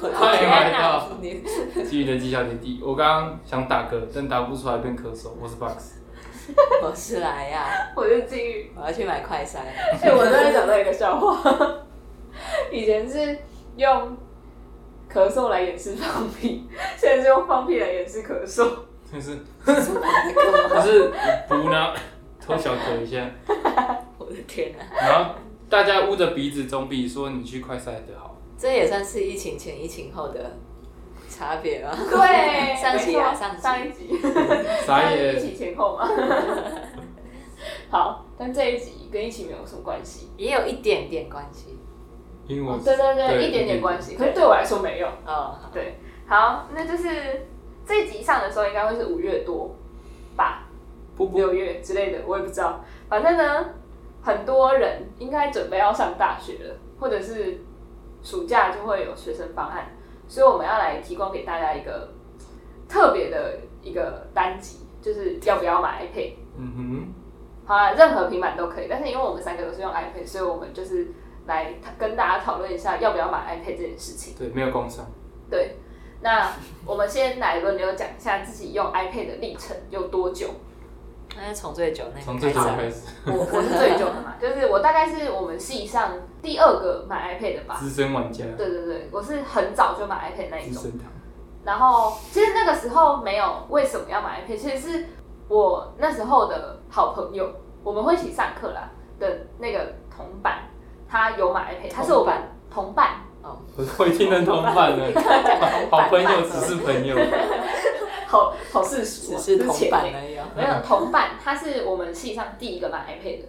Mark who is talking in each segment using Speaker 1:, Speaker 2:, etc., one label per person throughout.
Speaker 1: 我
Speaker 2: 差点买
Speaker 1: 哪
Speaker 2: 到
Speaker 1: 服你？
Speaker 2: 基于的绩效点低。我刚刚想打嗝，但打不出来，变咳嗽。我是 Box，
Speaker 1: 我是来呀，
Speaker 3: 我是金鱼。
Speaker 1: 我要去买快餐。
Speaker 3: 哎、我真 的想到一个笑话， 以前是用咳嗽来掩饰放屁，现在是用放屁来掩饰咳嗽。
Speaker 2: 就是可是不呢，偷小咳一下，
Speaker 1: 我的天啊，
Speaker 2: 然后大家捂着鼻子总比说你去快塞的好。
Speaker 1: 这也算是疫情前、疫情后的差别吗？
Speaker 3: 对，
Speaker 1: 上集啊，上集。
Speaker 3: 上一集，
Speaker 2: 啥
Speaker 3: 一
Speaker 2: 也
Speaker 3: 起前后嘛。 好，但这一集跟一起没有什么关系。
Speaker 1: 也有一点点关系
Speaker 2: 因为我
Speaker 3: 哦对对对，
Speaker 2: 对
Speaker 3: 一点点关系，可是对我来说没有。
Speaker 1: 哦。好
Speaker 3: 对，好，那就是这一集上的时候应该会是五月多吧，
Speaker 2: 不不
Speaker 3: 六月之类的，我也不知道。反正呢，很多人应该准备要上大学了，或者是暑假就会有学生方案，所以我们要来提供给大家一个特别的一个单集，就是要不要买 iPad。
Speaker 2: 嗯
Speaker 3: 好啦，任何平板都可以，但是因为我们三个都是用 iPad，所以我们就是来跟大家讨论一下要不要买 iPad 这件事情
Speaker 2: 哼，。对，没有工伤。
Speaker 3: 对，那我们先来轮流讲一下自己用 iPad 的历程有多久。
Speaker 1: 那就从最久
Speaker 3: 哎
Speaker 1: 那
Speaker 2: 从
Speaker 1: 个
Speaker 2: 最
Speaker 1: 开
Speaker 2: 早
Speaker 1: 始，
Speaker 2: 开始，
Speaker 3: 我我 是最久的嘛，就是我大概是我们系上第二个买 iPad 的吧。
Speaker 2: 资深玩家，
Speaker 3: 对对对，我是很早就买 iPad 那一
Speaker 2: 资
Speaker 3: 种。
Speaker 2: 深堂，
Speaker 3: 然后其实那个时候没有为什么要买 iPad，其实是我那时候的好朋友，我们会一起上课啦的那个同伴，他有买 iPad，他是我们同伴，
Speaker 1: 哦
Speaker 2: 我会听得同伴的，好朋友只是朋友，
Speaker 3: 好好世俗
Speaker 1: 只
Speaker 3: 哦，
Speaker 1: 是
Speaker 3: 之
Speaker 1: 同
Speaker 3: 前那
Speaker 1: 版
Speaker 3: 个
Speaker 1: 而已哦。
Speaker 3: 没
Speaker 2: 嗯
Speaker 3: 有同伴，他是我们系上第一个买 iPad 的。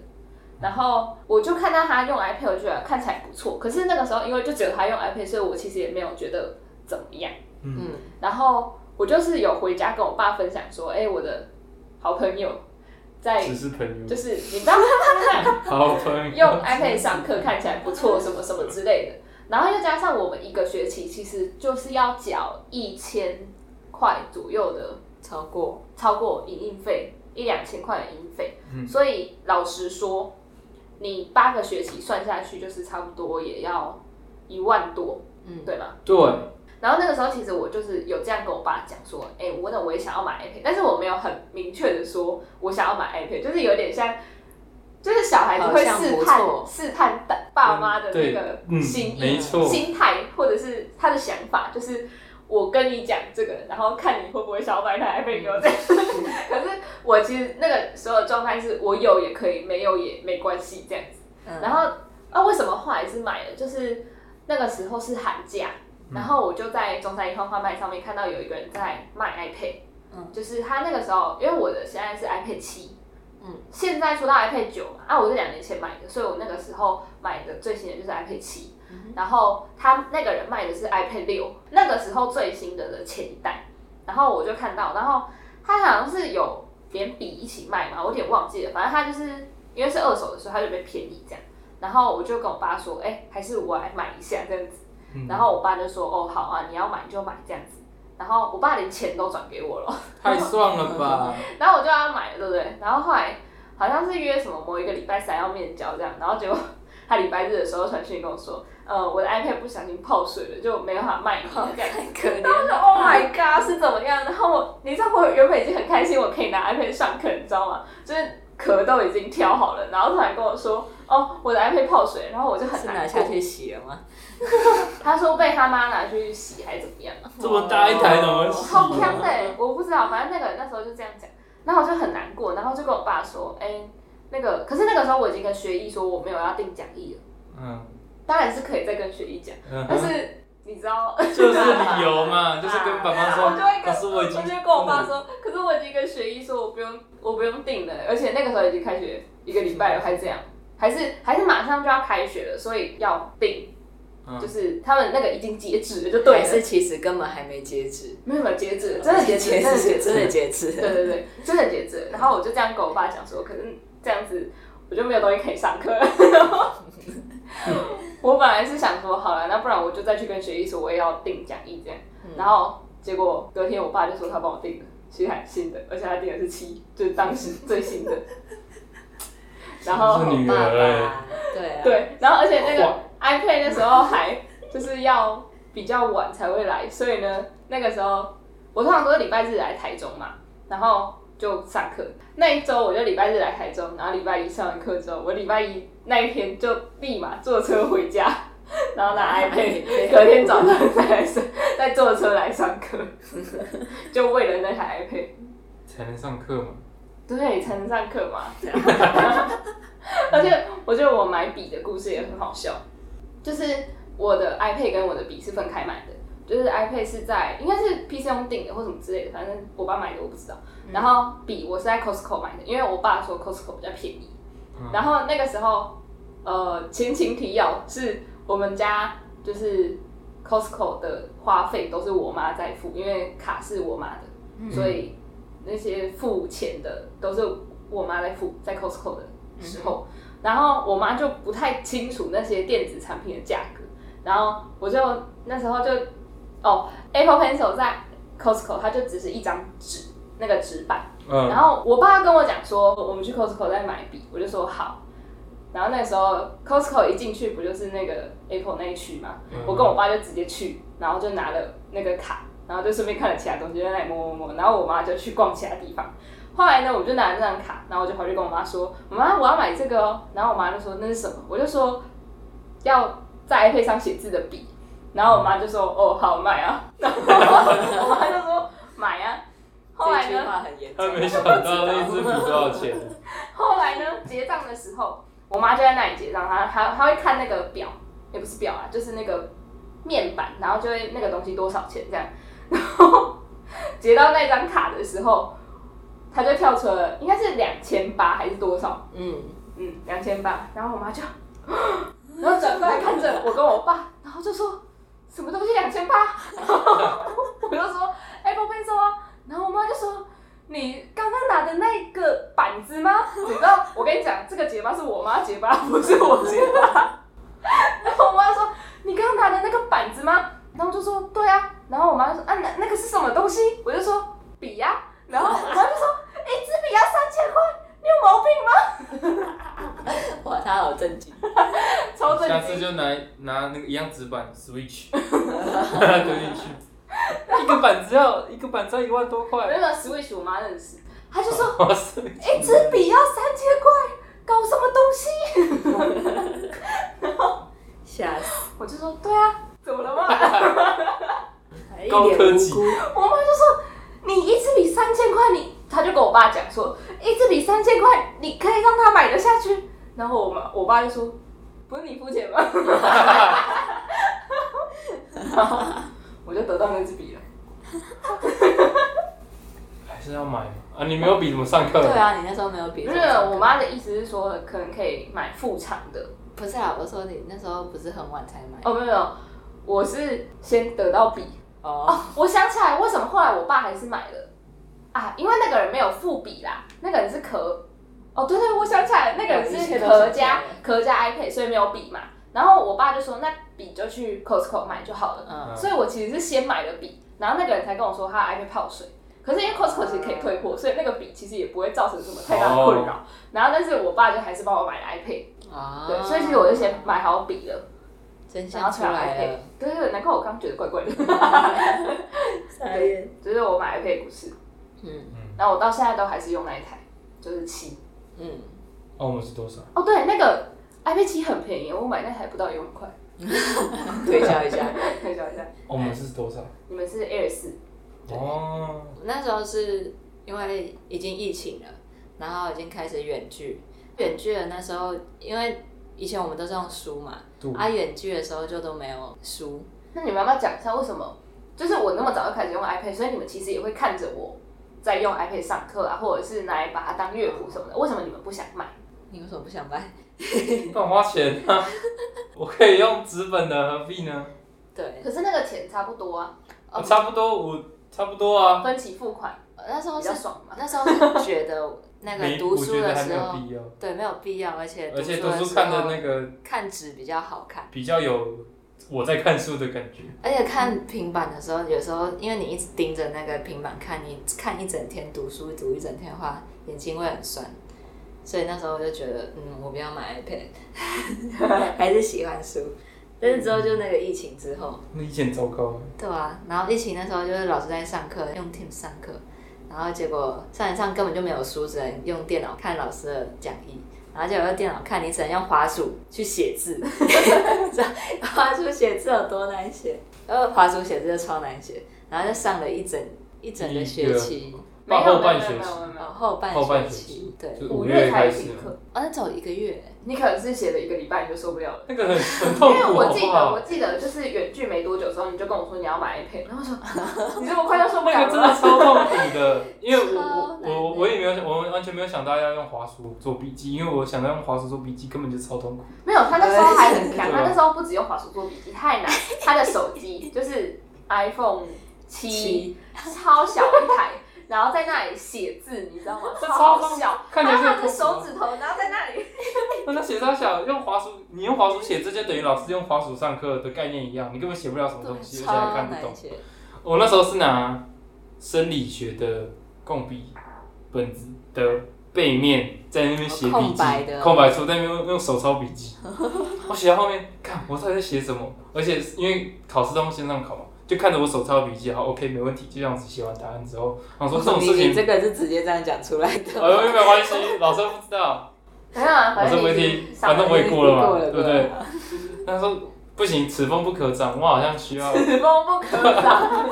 Speaker 3: 然后我就看到他用 iPad，我就觉得看起来不错。可是那个时候，因为就只有他用 iPad，所以我其实也没有觉得怎么样。
Speaker 2: 嗯，
Speaker 1: 嗯，
Speaker 3: 然后我就是有回家跟我爸分享说：“哎，我的好朋友在
Speaker 2: 只是朋
Speaker 3: 就
Speaker 2: 友，
Speaker 3: 是你知道
Speaker 2: 好朋
Speaker 3: 用
Speaker 2: 友，
Speaker 3: iPad 上课看起来不错，什么什么之类的。然后又加上我们一个学期其实就是要缴一千块左右的
Speaker 1: 超过
Speaker 3: 超过影印费一两千块的影印费，
Speaker 2: 嗯
Speaker 3: 所以老实说，你八个学期算下去就是差不多也要一万多，
Speaker 1: 嗯
Speaker 3: 对吗？
Speaker 2: 对，
Speaker 3: 然后那个时候其实我就是有这样跟我爸讲说，哎、我那我也想要买 iPad，但是我没有很明确的说我想要买 iPad，就是有点像。就是小孩子会
Speaker 1: 好像
Speaker 3: 试
Speaker 1: 不
Speaker 3: 探
Speaker 1: 错
Speaker 3: 试探爸爸妈的那
Speaker 2: 嗯对
Speaker 3: 个
Speaker 2: 嗯
Speaker 3: 心意、
Speaker 2: 没错
Speaker 3: 心态，或者是他的想法，就是我跟你讲这个，然后看你会不会想要买
Speaker 1: 嗯
Speaker 3: 台 iPad 给我这样。 可是我其实那个时候的状态是我有也可以，没有也没关系这样子。
Speaker 1: 嗯
Speaker 3: 然后啊，为什么后来是买了？就是那个时候是寒假，
Speaker 2: 嗯
Speaker 3: 然后我就在中山一通贩卖上面看到有一个人在卖 iPad，
Speaker 1: 嗯
Speaker 3: 就是他那个时候，因为我的现在是 iPad 七，
Speaker 1: 嗯，
Speaker 3: 现在出到 iPad 九嘛，啊，我是两年前买的，所以我那个时候买的最新的就是 iPad 七、
Speaker 1: 嗯
Speaker 3: 然后他那个人卖的是 iPad 六，那个时候最新的的前一代，然后我就看到，然后他好像是有连笔一起卖嘛，我有点忘记了，反正他就是因为是二手的，所以他就被便宜这样，然后我就跟我爸说，哎、还是我来买一下这样子。
Speaker 2: 嗯
Speaker 3: 然后我爸就说：“哦，好啊，你要买就买这样子。”然后我爸连钱都转给我了，
Speaker 2: 太爽了吧，
Speaker 3: 然后我就要买了，对不对？然后后来好像是约什么某一个礼拜三要面交这样，然后结果他礼拜日的时候传讯跟我说：“呃，我的 iPad 不小心泡水了，就没办法卖你了。”这样。
Speaker 1: 太可 怜
Speaker 3: 我就 Oh my god，是怎么样？然后我，你知道我原本已经很开心，我可以拿 iPad 上课，你知道吗？就是壳都已经挑好了，然后突然跟我说：“哦，我的 iPad 泡水。”然后我就很
Speaker 1: 是
Speaker 3: 难
Speaker 1: 拿
Speaker 3: 过。
Speaker 1: 下去洗了吗？
Speaker 3: 他说被他妈拿去洗还是怎么样？啊
Speaker 2: 这么大一台怎么洗
Speaker 3: 超
Speaker 2: 啊？
Speaker 3: 香的、欸，我不知道，反正那个人那时候就这样讲，然后我就很难过，然后就跟我爸说，哎、那个，可是那个时候我已经跟学艺说我没有要定讲义了，
Speaker 2: 嗯
Speaker 3: 当然是可以再跟学艺讲，
Speaker 2: 嗯
Speaker 3: 但
Speaker 2: 哼，
Speaker 3: 是你知道，
Speaker 2: 就是理由嘛，就是跟爸妈
Speaker 3: 啊我就会
Speaker 2: 说，
Speaker 3: 跟
Speaker 2: 可是我已经
Speaker 3: 就跟我爸说，可是我已经跟学艺说我不用我不用定了，而且那个时候已经开学一个礼拜了，还这样，还是还是马上就要开学了，所以要定，
Speaker 2: 嗯
Speaker 3: 就是他们那个已经截止了，就对
Speaker 1: 对，
Speaker 3: 了
Speaker 1: 是，其实根本还没截止，
Speaker 3: 没有没有截止了，真的截止了，
Speaker 1: 截
Speaker 3: 真的截止
Speaker 1: 止，真的截止
Speaker 3: 了对
Speaker 1: 了。
Speaker 3: 对对，真的截止。然后我就这样跟我爸讲说，可是这样子我就没有东西可以上课。 然后我本来是想说，好了，那不然我就再去跟学艺说我也要订讲义这样。然后结果隔天我爸就说他帮我订了，其实还新的，而且他订的是七，就是当时最新的。 然后
Speaker 2: 是女
Speaker 1: 爸
Speaker 2: 儿
Speaker 1: 爸，对啊，
Speaker 3: 对，然后而且那个
Speaker 2: 哇
Speaker 3: iPad 那时候还就是要比较晚才会来，所以呢，那个时候我通常都是礼拜日来台中嘛，然后就上课。那一周我就礼拜日来台中，然后礼拜一上完课之后，我礼拜一那一天就立马坐车回家， 然 后拿 iPad，隔
Speaker 1: 哎
Speaker 3: 天早上再来上，再坐车来上课， 就为了那台 iPad。
Speaker 2: 才能上课嘛。
Speaker 3: 对，才能上课嘛。 而且我觉得我买笔的故事也很好笑，就是我的 iPad 跟我的笔是分开买的，就是 iPad 是在应该是 PC 用订的或什么之类的，反正我爸买的我不知道。然后笔我是在 Costco 买的，因为我爸说 Costco 比较便宜。
Speaker 2: 嗯
Speaker 3: 然后那个时候，呃，前情提要是我们家就是 Costco 的花费都是我妈在付，因为卡是我妈的，所以那些付钱的都是我妈在付，在 Costco 的时候，然后我妈就不太清楚那些电子产品的价格，然后我就那时候就哦，Apple Pencil 在 Costco 它就只是一张纸，那个纸板。
Speaker 2: 嗯，
Speaker 3: 然后我爸跟我讲说，我们去 Costco 再买笔，我就说好。然后那时候 Costco 一进去不就是那个 Apple 那一区嘛，
Speaker 2: 嗯
Speaker 3: 我跟我爸就直接去，然后就拿了那个卡，然后就顺便看了其他东西，就在那里摸摸摸。然后我妈就去逛其他地方。后来呢，我就拿了这张卡，然后我就跑去跟我妈说：“妈，我要买这个哦。”然后我妈就说：“那是什么？”我就说：“要在 iPad 上写字的笔。”然后我妈就说：“哦，好买啊。”然后我妈就说：“买啊。”后来
Speaker 1: 这句
Speaker 3: 呢？
Speaker 1: 话很严重。
Speaker 2: 他没想到那支笔多少钱，
Speaker 3: 后来呢，结账的时候，我妈就在那里结账，她她她会看那个表，也不是表啊，就是那个面板，然后就会那个东西多少钱这样。 然后结到那张卡的时候，她就跳出了，应该是两千八还是多少？
Speaker 1: 嗯，
Speaker 3: 嗯，两千八。然后我妈就， 然后转过来看着我跟我爸，然后就说什么东西两千八？ 我就说 Apple Pencil 啊。然后我妈就说你刚刚拿的那个板子吗？ 你知道我跟你讲，这个结巴是我妈结巴，不是我结巴。 然后我妈说你刚刚拿的那个板子吗？然后我就说对啊。然后我妈就说啊那那个是什么东西？我就说笔呀、然后我妈就说一支笔要三千块，你有毛病吗？
Speaker 1: 哇，他好震惊。
Speaker 3: 超震
Speaker 2: 下
Speaker 3: 惊
Speaker 2: 次。就拿拿那个一样纸板 Switch 丢进 去，一个板子要一个板子要一万多
Speaker 3: 我
Speaker 2: 块，
Speaker 3: 那个 Switch 我妈认识，她就说
Speaker 2: 哇塞！
Speaker 3: 一支笔要三千块，搞什么东西？
Speaker 1: 吓死！
Speaker 3: 我就说对啊，怎么了嘛？
Speaker 1: 还一
Speaker 2: 高
Speaker 1: 脸
Speaker 2: 科技
Speaker 1: 无辜，
Speaker 3: 我妈就说你一支笔三千块，你她就跟我爸讲说一支笔三千块，你可以让他买得下去。然后我妈我爸就说不是你付钱吗？ 然后我就得到那支笔了。
Speaker 2: 还是要买吗？啊，你没有笔怎么上课？
Speaker 1: 对啊，你那时候没有比。
Speaker 3: 不是我妈的意思是说，可能可以买副厂的，
Speaker 1: 不是啊，我说你那时候不是很晚才买。
Speaker 3: 哦，没有没有，我是先得到笔。
Speaker 1: 哦，
Speaker 3: 哦，我想起来，为什么后来我爸还是买了啊？因为那个人没有付笔啦，那个人是壳。哦，对对，我想起来了，那个人
Speaker 1: 哦一
Speaker 3: 是
Speaker 1: 切都想起来
Speaker 3: 壳
Speaker 1: 了
Speaker 3: 加壳加 iPad，所以没有笔嘛。然后我爸就说，那笔就去 Costco 买就好了。
Speaker 1: 嗯，
Speaker 3: 所以我其实是先买了笔，然后那个人才跟我说他的 iPad 泡水。可是因为 Costco 其实
Speaker 1: 嗯
Speaker 3: 可以退货，所以那个笔其实也不会造成什么太大的困扰。然后，但是我爸就还是帮我买了 iPad，
Speaker 1: 哦，
Speaker 3: 对，所以其实我就先买好笔了，
Speaker 1: 真
Speaker 3: 然
Speaker 1: 相
Speaker 3: 后
Speaker 1: 出
Speaker 3: 才买
Speaker 1: 来
Speaker 3: iPad
Speaker 1: 了。。
Speaker 3: 对对对，难怪我刚觉得怪怪的。
Speaker 1: 傻眼
Speaker 3: 这是我买 iPad 不是，
Speaker 1: 嗯
Speaker 2: 嗯，
Speaker 3: 然后我到现在都还是用那一台，就是七。
Speaker 1: 嗯，
Speaker 2: 哦，我们是多少？
Speaker 3: 哦，对，那个 iPad 七很便宜，我买那台不到一万块，
Speaker 1: 推销一下。
Speaker 3: 可以讲一下。
Speaker 2: 哦我们是多少？
Speaker 3: 你们是 Air 四，
Speaker 2: 哦，
Speaker 1: 我 那时候是因为已经疫情了，然后已经开始远距，远距的那时候，因为以前我们都是用书嘛，
Speaker 2: 对
Speaker 1: 啊，远距的时候就都没有书，
Speaker 3: 那你们要不要讲一下为什么？就是我那么早就开始用 iPad，所以你们其实也会看着我在用 iPad 上课啊，或者是拿来把它当乐谱什么的。为什么你们不想买？
Speaker 1: 你为什么不想买？
Speaker 2: 不然花钱 啊！我可以用纸本的，何必呢？
Speaker 1: 对，
Speaker 3: 可是那个钱差不多啊，
Speaker 1: 哦
Speaker 2: 差不多，我差不多啊。
Speaker 3: 分期付款
Speaker 1: 那时候
Speaker 3: 比
Speaker 1: 是
Speaker 3: 较爽嘛。
Speaker 1: 那时候是觉得那
Speaker 2: 没，
Speaker 1: 个读
Speaker 2: 我
Speaker 1: 书
Speaker 2: 觉得
Speaker 1: 的
Speaker 2: 还没
Speaker 1: 时
Speaker 2: 有
Speaker 1: 候，
Speaker 2: 必要。
Speaker 1: 对，没有必要，而且
Speaker 2: 而且
Speaker 1: 读
Speaker 2: 读
Speaker 1: 书
Speaker 2: 书
Speaker 1: 时候
Speaker 2: 看的那个
Speaker 1: 看纸比较好看，
Speaker 2: 比较有我在看书的感觉。
Speaker 1: 而且看平板的时候，有时候因为你一直盯着那个平板看，你看一整天读书读一整天的话，眼睛会很酸。所以那时候我就觉得，嗯，我不要买 iPad，还是喜欢书。但是之后就那个疫情之后，
Speaker 2: 那以前糟糕，
Speaker 1: 对啊，然后疫情那时候就是老师在上课用 Teams 上课，然后结果上一上根本就没有书，只能用电脑看老师的讲义。然后结果用电脑看，你只能用滑鼠去写字， 知道滑鼠写字有多难写？然后滑鼠写字就超难写，然后就上了一整一整个学期，
Speaker 3: 没有没
Speaker 2: 后
Speaker 3: 有没
Speaker 2: 半
Speaker 3: 有
Speaker 2: 学
Speaker 3: 没有
Speaker 2: 期，
Speaker 3: 没
Speaker 1: 然后
Speaker 3: 有，
Speaker 1: 后半
Speaker 2: 后半学
Speaker 1: 期
Speaker 2: 期，
Speaker 1: 对，
Speaker 2: 就是
Speaker 3: 五
Speaker 2: 五
Speaker 3: 月
Speaker 2: 月
Speaker 3: 开
Speaker 2: 开
Speaker 3: 始
Speaker 2: 始
Speaker 3: 嘛
Speaker 2: 嘛，
Speaker 1: 哦，那走一个月，
Speaker 3: 你可能是写了一个礼拜你就受不了了。
Speaker 2: 那个很很
Speaker 3: 因
Speaker 2: 痛
Speaker 3: 为
Speaker 2: 苦，
Speaker 3: 我
Speaker 2: 好
Speaker 3: 记
Speaker 2: 不
Speaker 3: 得，我
Speaker 2: 好？
Speaker 3: 记得就是远距没多久之后，你就跟我说你要买 iPad，然后 我说你这么快就受不
Speaker 2: 那
Speaker 3: 了
Speaker 2: 个真的
Speaker 3: 了。
Speaker 2: 超痛苦的，因为我
Speaker 1: 超难
Speaker 2: 我我我也没有想，我完全没有想到要用滑鼠做笔记，因为我想到用滑鼠做笔记根本就超痛苦。
Speaker 3: 没有，他那时候还很强，
Speaker 2: 对
Speaker 3: 他那时候不只用滑鼠做笔记，他还拿他的手机，就是 iPhone 七，超小一台，然后在那里写字，你知道吗？
Speaker 2: 这
Speaker 3: 超
Speaker 2: 超
Speaker 3: 好笑，
Speaker 2: 看起来
Speaker 3: 然
Speaker 2: 是
Speaker 3: 后
Speaker 2: 很痛
Speaker 3: 他的
Speaker 2: 苦
Speaker 3: 手
Speaker 2: 啊。
Speaker 3: 指头，然后在那里，
Speaker 2: 那他写到小，用滑鼠，你用滑鼠写字就等于老师用滑鼠上课的概念一样，你根本写不了什么东西，而且还
Speaker 1: 超
Speaker 2: 看不懂
Speaker 1: 难。写。
Speaker 2: 我那时候是拿生理学的共笔本子的背面在那边写笔记，
Speaker 1: 空白的
Speaker 2: 空白处在那边用用手抄 笔记。我写到后面，看我到底在写什么？而且因为考试都用线上考嘛，就看着我手抄的笔记，好，OK，没问题，就这样子写完答案之后，然后说这种
Speaker 1: 你
Speaker 2: 事
Speaker 1: 你
Speaker 2: 情，
Speaker 1: 这个是直接这样讲出来的
Speaker 2: 呃，没有关系，老师不知道。
Speaker 3: 没有啊，
Speaker 2: 我
Speaker 3: 反
Speaker 2: 这
Speaker 3: 正
Speaker 2: 不会
Speaker 3: 已
Speaker 2: 听
Speaker 3: 经，上
Speaker 2: 反正我也过了嘛，
Speaker 1: 过哎了啊
Speaker 2: 对不对？他说不行，此风不可长，我好像需 要，
Speaker 3: 此风不可长。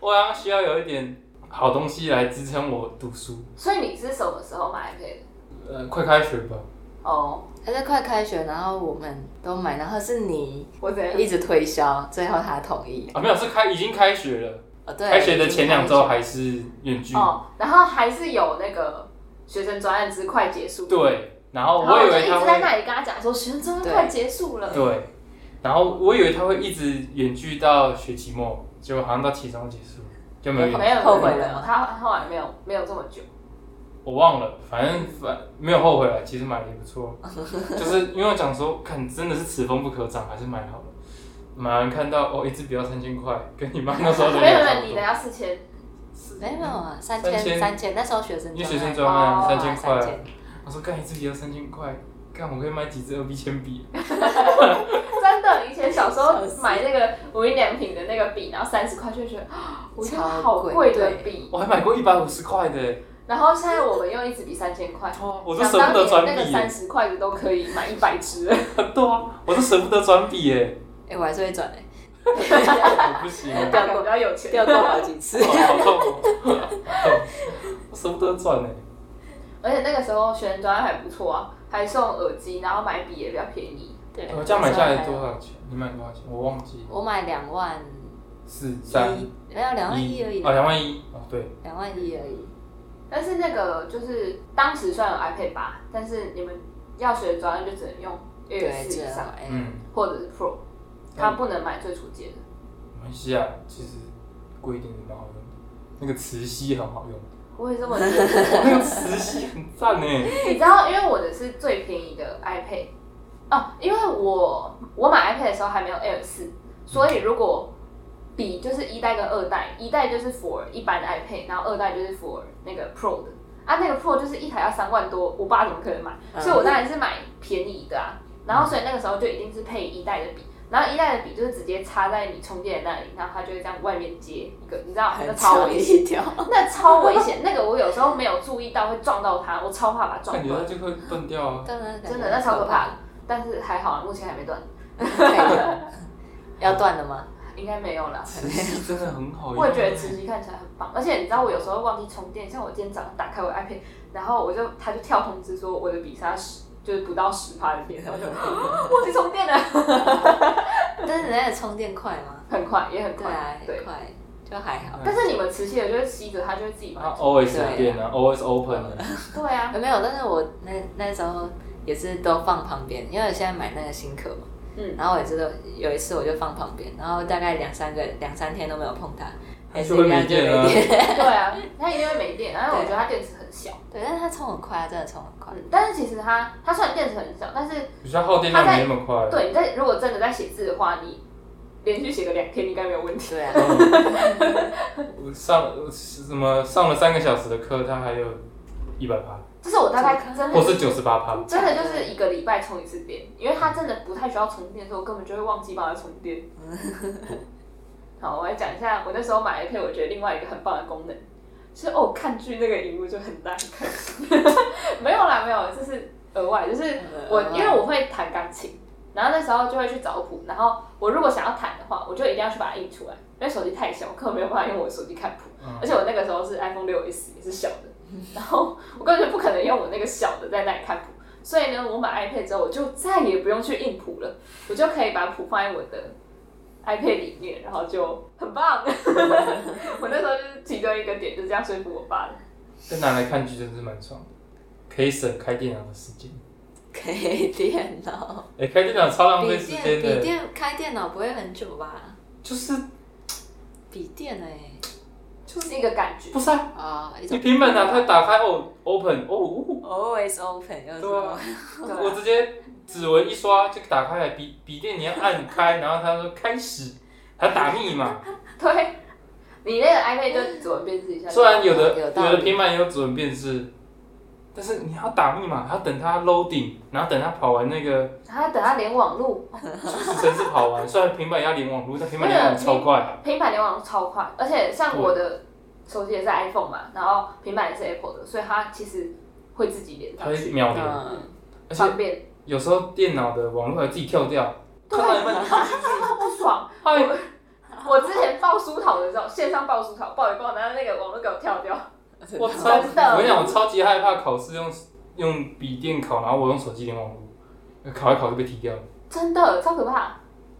Speaker 2: 我好像需要有一点好东西来支撑我读书。
Speaker 3: 所以你是什么时候买 iPad？的
Speaker 2: 呃，快开学吧，
Speaker 3: 哦，
Speaker 1: 他在快开学，然后我们都买，然后是你
Speaker 3: 我怎样？
Speaker 1: 一直推销，最后他同意。
Speaker 2: 啊，没有，是开已经开学了，
Speaker 1: 哦，对，
Speaker 2: 开学的前两周
Speaker 1: 已
Speaker 2: 还是远距，
Speaker 3: 哦，然后还是有那个学生专案之快结束。。
Speaker 2: 对，然后
Speaker 3: 然后
Speaker 2: 我以
Speaker 3: 我就
Speaker 2: 为
Speaker 3: 一
Speaker 2: 他
Speaker 3: 直在
Speaker 2: 会
Speaker 3: 那里跟他讲说，学生专案快结束了。
Speaker 2: 对，然后我以为他会一直远距到学期末，结果好像到期中结束就没有远距
Speaker 3: 没有
Speaker 1: 后悔了
Speaker 3: 他后来没有没有这么久。
Speaker 2: 我忘了，反正反没有后悔啊了，其实买的也不 错，就是因为我想说，看真的是此风不可长，还是买好了。买完看到哦，一支笔要三千块，跟你妈那时候的
Speaker 3: 没有
Speaker 2: 差
Speaker 3: 没有，
Speaker 2: 不
Speaker 3: 你的
Speaker 2: 多。
Speaker 3: 要四千，
Speaker 1: 经没有没有啊，三
Speaker 2: 三
Speaker 1: 千
Speaker 2: 千
Speaker 1: 三千，那时候学生
Speaker 2: 因为学
Speaker 1: 专
Speaker 2: 生专
Speaker 3: 哦
Speaker 2: 案
Speaker 1: 案
Speaker 2: 三千
Speaker 1: 三
Speaker 2: 块，我说干一支笔要三千块，干我可以买几支二 B 铅笔，
Speaker 3: 真的，以前小时候买那个无印良品的那个笔，然后三十块就觉得，啊我觉得好贵的笔。
Speaker 2: 我还买过一百五十块的，
Speaker 3: 然后现在我们用一支笔三千块，
Speaker 2: 哦我都舍不得
Speaker 3: 想
Speaker 2: 转
Speaker 3: 当年那个
Speaker 2: 笔
Speaker 3: 三
Speaker 2: 耶，
Speaker 3: 十块的都可以买一 百支了。
Speaker 2: 对啊，我都舍不得转笔耶，
Speaker 1: 哎，我还是会转诶，
Speaker 2: 我不行 了，
Speaker 3: 表哥比较有钱，
Speaker 1: 掉过
Speaker 2: 啊
Speaker 1: 好几次。
Speaker 2: 好痛哦，好痛我舍不得转哎，
Speaker 3: 而且那个时候学生专案还不错啊，还送耳机，然后买笔也比较便宜。
Speaker 1: 对
Speaker 2: 我哦这样买下来多？少钱？你买多少钱？我忘记了。
Speaker 1: 我买两万
Speaker 2: 四三
Speaker 1: 一，没有两万一而已
Speaker 2: 啊，，两万一哦，对，
Speaker 1: 两万一而已。
Speaker 3: 但是那个就是当时虽然有 iPad 八，但是你们要学专案就只能用 Air
Speaker 1: 对，
Speaker 3: 四
Speaker 1: 这
Speaker 3: 以上
Speaker 1: 样，嗯哎，
Speaker 2: 嗯，
Speaker 3: 或者是 Pro，它不能买最初阶的。
Speaker 2: 没关系啊，其实贵一点也蛮好用的，那个磁吸很好用，
Speaker 3: 我也这么觉得。
Speaker 2: 那个磁吸很赞呢，
Speaker 3: 你知道，因为我的是最便宜的 iPad 哦，因为我我买 iPad 的时候还没有 Air 四，所以如果比就是一代跟二代，一代就是 for 一般的 iPad，然后二代就是 for 那个 Pro 的啊，那个 Pro 就是一台要三万多，我爸怎么可能买？
Speaker 1: 嗯
Speaker 3: 所以我当然是买便宜的啊。然后所以那个时候就一定是配一代的笔，然后一代的笔就是直接插在你充电的那里，然后它就会这样外面接一个，你知道那
Speaker 1: 很
Speaker 3: 超
Speaker 1: 超
Speaker 3: 危险，
Speaker 1: 一条，
Speaker 3: 那超危险，那个我有时候没有注意到会撞到它，我超怕把它撞
Speaker 2: 感觉
Speaker 3: 断
Speaker 2: 它。就会断掉啊，
Speaker 1: 真的
Speaker 3: 真的那超可怕的，但是还好，目前还没断，
Speaker 1: 的。 要断了吗？
Speaker 3: 应该没有啦。
Speaker 2: 磁吸真的很好用，
Speaker 3: 我也觉得磁吸看起来很棒，而且你知道我有时候忘记充电，像我今天早上打开我的 iPad，然后我就它就跳通知说我的笔杀十就是不到十趴的电， 然后我就忘记充电了，
Speaker 1: 但是人家的充电快吗？
Speaker 3: 很快也很
Speaker 1: 对
Speaker 3: 快，
Speaker 1: 啊，
Speaker 3: 对。
Speaker 1: 快就还好。
Speaker 3: 但
Speaker 2: 哎
Speaker 3: 是你们磁吸的就会吸着，它就会自己
Speaker 2: 它
Speaker 3: 满足。
Speaker 2: always 有电啊，always open 啊，
Speaker 3: 对 啊，
Speaker 1: 呃没有，但是我那那时候也是都放旁边，因为我现在买那个新壳嘛，
Speaker 3: 嗯，
Speaker 1: 然后我也是都有一次我就放旁边，然后大概两三个两三天都没有碰它，还是
Speaker 2: 就会
Speaker 1: 一样
Speaker 2: 没
Speaker 1: 就没
Speaker 2: 电啊，
Speaker 1: 电。
Speaker 3: 对啊，它一定会没电，然后我觉得它电池很小，
Speaker 1: 对，但是它充很快，它啊真的充很快。
Speaker 3: 嗯，但是其实它它虽然电池很小，但是
Speaker 2: 比较耗电量没那么快，啊
Speaker 3: 对你在如果真的在写字的话，你连续写个两天应该没有问题。
Speaker 1: 对啊，
Speaker 2: 嗯我上什么上了三个小时的课，它还有一百趴，
Speaker 3: 就是我大概 真
Speaker 2: 或是
Speaker 3: 的
Speaker 2: 九十八趴。
Speaker 3: 真的就是一个礼拜充一次电，因为它真的不太需要充电，所以我根本就会忘记帮它充 电。好，我来讲一下，我那时候买 iPad，我觉得另外一个很棒的功能是哦，看剧那个荧幕就很大，看没有啦，没有，这是嗯额外，就是我因为我会弹钢琴，然后那时候就会去找谱，然后我如果想要弹的话，我就一定要去把它印出来，因为手机太小，我根本没有办法用我的手机看谱，
Speaker 2: 嗯
Speaker 3: 而且我那个时候是 iPhone 六 S 也是小的，然后我根本就不可能用我那个小的在那里看谱，所以呢，我买 iPad 之后，我就再也不用去印谱了，我就可以把谱放在我的 iPad 里面，然后就很棒。 我那时候就是其中一个点，就是这样说服我爸的。
Speaker 2: 但拿来看剧真的是蛮爽的，可以省开电脑的时间。
Speaker 1: 给电脑，
Speaker 2: 哎、开电脑超浪费
Speaker 1: 笔
Speaker 2: 时
Speaker 1: 电
Speaker 2: 间
Speaker 1: 笔
Speaker 2: 的，
Speaker 1: 电开电脑不会很久吧？
Speaker 2: 就是
Speaker 1: 笔电哎、
Speaker 3: 就是一个感觉，
Speaker 2: 不是啊？
Speaker 1: 啊、一
Speaker 2: 你
Speaker 1: 种
Speaker 2: 平板拿开打开哦，open 哦，呜
Speaker 1: always open 又是
Speaker 2: 对啊
Speaker 3: 对
Speaker 2: 我直接指纹一刷就打开来，笔笔电你要按开，然后他说开始，还打 密码。
Speaker 3: 对，你那个 iPad 就指纹辨识一下。
Speaker 2: 虽然有的
Speaker 1: 有
Speaker 2: 有
Speaker 1: 道理
Speaker 2: 的平板也有指纹辨识，但是你要打密码，还要等它 loading，然后等它跑完 那个
Speaker 3: 还要等它连网路，
Speaker 2: 就是城市跑完。虽然平板要连网络，但平板连网超快。
Speaker 3: 平板联网超快，而且像我的手机也是 iPhone 嘛，然后平板也是 Apple 的，所以它其实会自己连
Speaker 2: 它
Speaker 3: 上
Speaker 2: 会
Speaker 3: 去，
Speaker 2: 秒连，
Speaker 1: 嗯，
Speaker 2: 而且
Speaker 3: 方便。
Speaker 2: 有时候电脑的网络还自己跳掉，
Speaker 3: 对
Speaker 2: 看到 一半，
Speaker 1: 啊
Speaker 3: 超不爽，
Speaker 2: 哎，
Speaker 3: 我之前报书讨的时候，线上报书讨，报一报，然后那个网络给我跳掉。
Speaker 2: 我
Speaker 1: 真的
Speaker 2: 超，
Speaker 3: 真的
Speaker 2: 我跟你讲，我超级害怕考试用用笔电考，然后我用手机连网络，考一考就被踢掉了。
Speaker 3: 真的超可怕。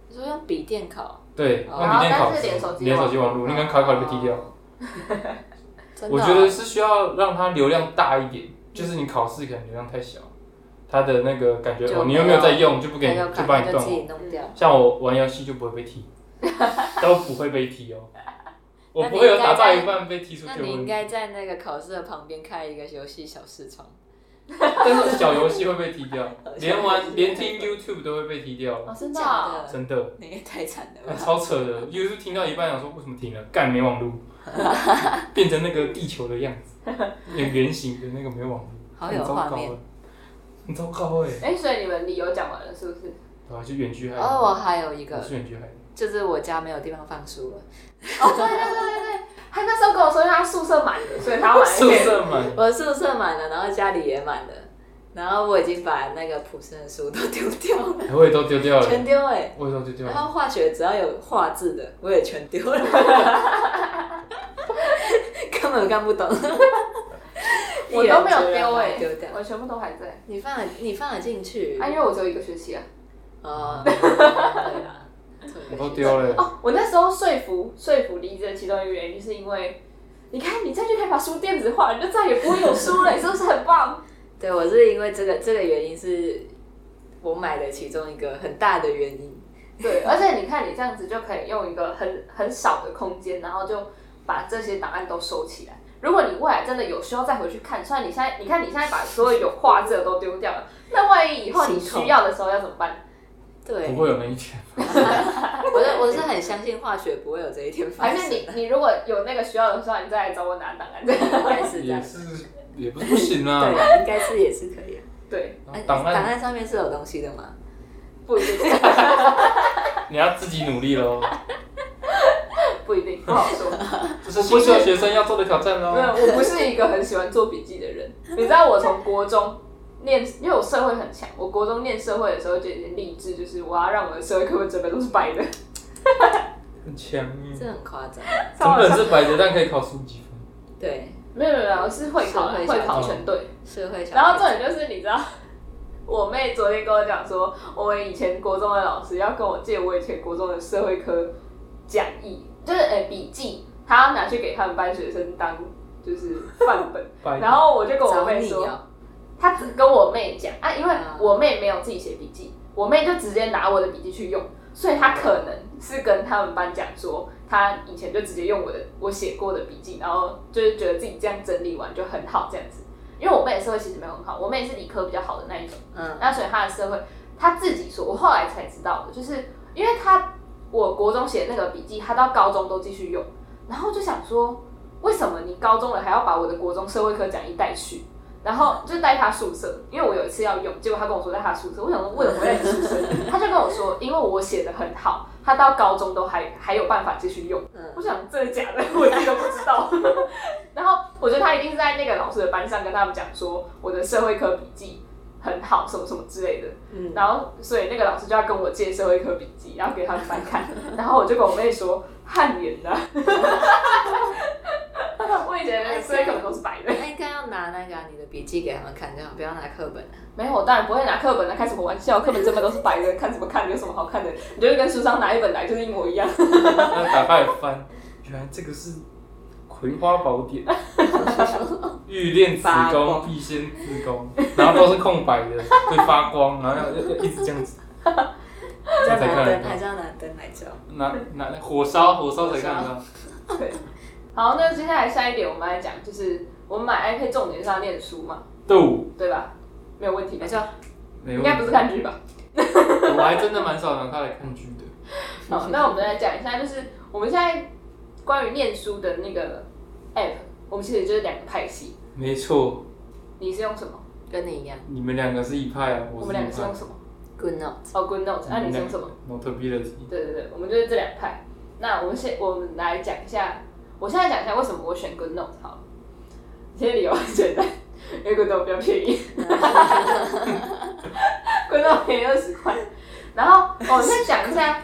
Speaker 1: 你说用笔电考，
Speaker 2: 对，
Speaker 1: 哦
Speaker 2: 用笔电考
Speaker 3: 但是连手
Speaker 2: 试，
Speaker 3: 机
Speaker 2: 连手机网
Speaker 1: 嗯
Speaker 2: 络，你看考一考就被踢掉。
Speaker 1: 啊
Speaker 2: 我
Speaker 1: 哦
Speaker 2: 觉得是需要让它流量大一点，就是你考试可能流量太小，它的那个感觉
Speaker 1: 就
Speaker 2: 哦，
Speaker 1: 没
Speaker 2: 你
Speaker 1: 有
Speaker 2: 又没有在用，就不
Speaker 1: 不
Speaker 2: 给你，就把你
Speaker 1: 就自己
Speaker 2: 断。
Speaker 1: 弄掉。
Speaker 2: 像我玩游戏就不会被 踢，都不会被踢哦，我
Speaker 1: 那你
Speaker 2: 不会有
Speaker 1: 应该
Speaker 2: 打到
Speaker 1: 在
Speaker 2: 一半被踢出
Speaker 1: 那
Speaker 2: 去的
Speaker 1: 你应
Speaker 2: 问题。
Speaker 1: 该在那个考试的旁边开一个游戏小视窗，
Speaker 2: 但是小游戏会被踢 掉，连玩连听
Speaker 1: 真
Speaker 2: YouTube 都会被踢掉，
Speaker 3: 哦，真
Speaker 1: 的
Speaker 3: 的
Speaker 1: 假
Speaker 3: 哦、
Speaker 1: 的？
Speaker 2: 真的。
Speaker 1: 你也太惨了
Speaker 2: 啊、
Speaker 1: 吧！
Speaker 2: 超扯的，YouTube 听到一半想说为什么停了，干没网路，变成那个地球的样子，圆圆形的那个没网路，
Speaker 1: 好有
Speaker 2: 很糟
Speaker 1: 画
Speaker 2: 糕
Speaker 1: 面
Speaker 2: 欸。很糟糕哎、
Speaker 3: 哎、所以你们理由讲完了是不是？
Speaker 2: 对啊，就远距害的，
Speaker 1: 然哦后我还有一
Speaker 2: 我
Speaker 1: 个，
Speaker 2: 是远距害的，
Speaker 1: 就是我家没有地方放书了，
Speaker 3: 哦，对对对对对，他那时候跟我说因为他宿舍满了，所以他要买一
Speaker 2: 宿
Speaker 3: 些。
Speaker 2: 舍满，
Speaker 1: 我宿舍满了，然后家里也满了，然后我已经把那个普生的书都丢掉了，
Speaker 2: 哎我也都丢掉了，
Speaker 1: 全丢哎、
Speaker 2: 我也都丢掉
Speaker 1: 然
Speaker 2: 了，
Speaker 1: 后化学只要有画字的，我也全丢了， 根本看不 懂。
Speaker 3: 我都没有
Speaker 1: 一眼就
Speaker 3: 丢
Speaker 1: 把
Speaker 3: 哎、
Speaker 1: 它丢掉。欸嗯
Speaker 3: 我全部都还在。
Speaker 1: 你放了，你放了进去
Speaker 3: 啊，因为我只有一个学期啊。
Speaker 1: 哦，对啊啦
Speaker 2: 我都丢了，
Speaker 3: 哦，我那时候说服说服离职的其中一个原因，就是因为你看你这样就可以把书电子化，你就再也不会有书了，你是不是很棒？
Speaker 1: 对，我是因为这个这个原因是我买的其中一个很大的原因。
Speaker 3: 对，而且你看你这样子就可以用一个很很少的空间，然后就把这些档案都收起来。如果你未来真的有需要再回去看，虽然你现在你看你现在把所有有画质的都丢掉了，那万一以后你需要的时候要怎么办？
Speaker 1: 对，
Speaker 2: 不
Speaker 1: 我
Speaker 2: 会有那一天，
Speaker 1: 是我是很相信化学不会有这一天发
Speaker 3: 还
Speaker 1: 生的。
Speaker 3: 是你你如果有那个需要的时候，你再来找我拿档案。
Speaker 1: 应该是这
Speaker 2: 也
Speaker 1: 样，
Speaker 2: 是也不是不行啊，
Speaker 1: 对，应该是也是可以啊。
Speaker 3: 对，
Speaker 1: 哎
Speaker 2: 档
Speaker 1: 档
Speaker 2: 案
Speaker 1: 案上面是有东西的吗？
Speaker 3: 不一定，
Speaker 2: 你要自己努 力喽，
Speaker 3: 不一定，不好说。
Speaker 2: 这是新秀学生要做的挑战
Speaker 3: 没有，
Speaker 2: 喽，
Speaker 3: 我不是一个很喜欢做笔记的人。你知道我从国中念，因为我社会很强，我国中念社会的时候就已经立志，就是我要让我的社会课本整本都是白的。
Speaker 2: 很强耶，
Speaker 1: 这很夸张。
Speaker 3: 超
Speaker 2: 整
Speaker 3: 好
Speaker 2: 本
Speaker 3: 笑
Speaker 2: 是白的，但可以考出几分，
Speaker 1: 对，
Speaker 3: 没有没有没有，是会考
Speaker 1: 是会嗯
Speaker 3: 会
Speaker 1: 考
Speaker 3: 考全对。
Speaker 1: 社会小。
Speaker 3: 然后重点就是你知道。 我妹昨天跟我讲说，我们以前国中的老师要跟我借我以前国中的社会科讲义，就是呃笔记，她要拿去给他们班学生当就是范本。
Speaker 2: 白的
Speaker 3: 然后我就跟我
Speaker 1: 找
Speaker 3: 妹
Speaker 1: 你
Speaker 3: 说，
Speaker 1: 哦，
Speaker 3: 他只跟我妹讲啊，因为
Speaker 1: 啊
Speaker 3: 我妹没有自己写笔记，我妹就直接拿我的笔记去用，所以她可能是跟他们班讲说，她以前就直接用我的我写过的笔记，然后就是觉得自己这样整理完就很好这样子。因为我妹的社会其实没有很好，我妹是理科比较好的那一种，
Speaker 1: 嗯，
Speaker 3: 那所以她的社会，她自己说，我后来才知道的，就是因为她我国中写的那个笔记，她到高中都继续用，然后就想说，为什么你高中了还要把我的国中社会科讲义带去？然后就带他宿舍，因为我有一次要用，结果他跟我说在他宿舍，我想说为什么会在你宿舍？ 他就跟我说，因为我写的很好，他到高中都还还有办法继续用。
Speaker 1: 嗯
Speaker 3: 我想真的假的，我自己都不知道。 然后我觉得他一定是在那个老师的班上跟他们讲说我的社会科笔记很好，什么什么之类的。
Speaker 1: 嗯，
Speaker 3: 然后所以那个老师就要跟我借社会科笔记，然后给他们翻看。 然后我就跟我妹说汗颜的， 我以前的社会课本都是白的。
Speaker 1: 那应该要拿那个啊、你的笔记给他们看就好，不要拿课 本啊。
Speaker 3: 没有，我当然不会拿课本来开什么玩笑，课本这本都是白的，看什么看，有什么好看的？你就会跟书上拿一本来，就是一模一样。
Speaker 2: 那打开来翻，原来这个是《葵花宝 典》，欲练此
Speaker 1: 发
Speaker 2: 功，
Speaker 1: 光
Speaker 2: 必先自宫，然后都是空白的，会发光，然后要要要一直这样 子，
Speaker 1: 要
Speaker 2: 才
Speaker 1: 拿
Speaker 2: 看得
Speaker 1: 灯，
Speaker 2: 到
Speaker 1: 还是要拿灯来照？
Speaker 2: 拿拿火烧火烧才看得到。
Speaker 3: 对，好，那接下来下一点我们来讲，就是我们买 iPad 重点是要念书嘛，
Speaker 2: 豆，
Speaker 3: 对吧？没有问题吧
Speaker 1: 没，错，
Speaker 2: 没
Speaker 3: 应
Speaker 2: 问
Speaker 3: 该不
Speaker 2: 题，
Speaker 3: 是看剧吧？
Speaker 2: 哎我还真的蛮少拿它来看剧的。
Speaker 3: 好，那我们来讲一下，就是我们现在关于念书的那个 App，我们其实就是两个派系。
Speaker 2: 没错，
Speaker 3: 你是用什么？
Speaker 1: 跟你一样
Speaker 2: 你们两个是一派啊，
Speaker 3: 我
Speaker 2: 我
Speaker 3: 们
Speaker 2: 是
Speaker 3: 两个
Speaker 2: 一
Speaker 3: 是
Speaker 2: 派
Speaker 3: 用。什么？
Speaker 1: ，Good Note。
Speaker 3: 哦，GoodNote，那、你是用什么？
Speaker 2: ？Notability。
Speaker 3: 对对对，我们就是这两派。那我们先我们来讲一下，我现在讲一下为什么我选 GoodNote 好了。其实理由很简单，因为 GoodNote 比较便宜，GoodNote 便宜二十块。然后哦我们再讲一下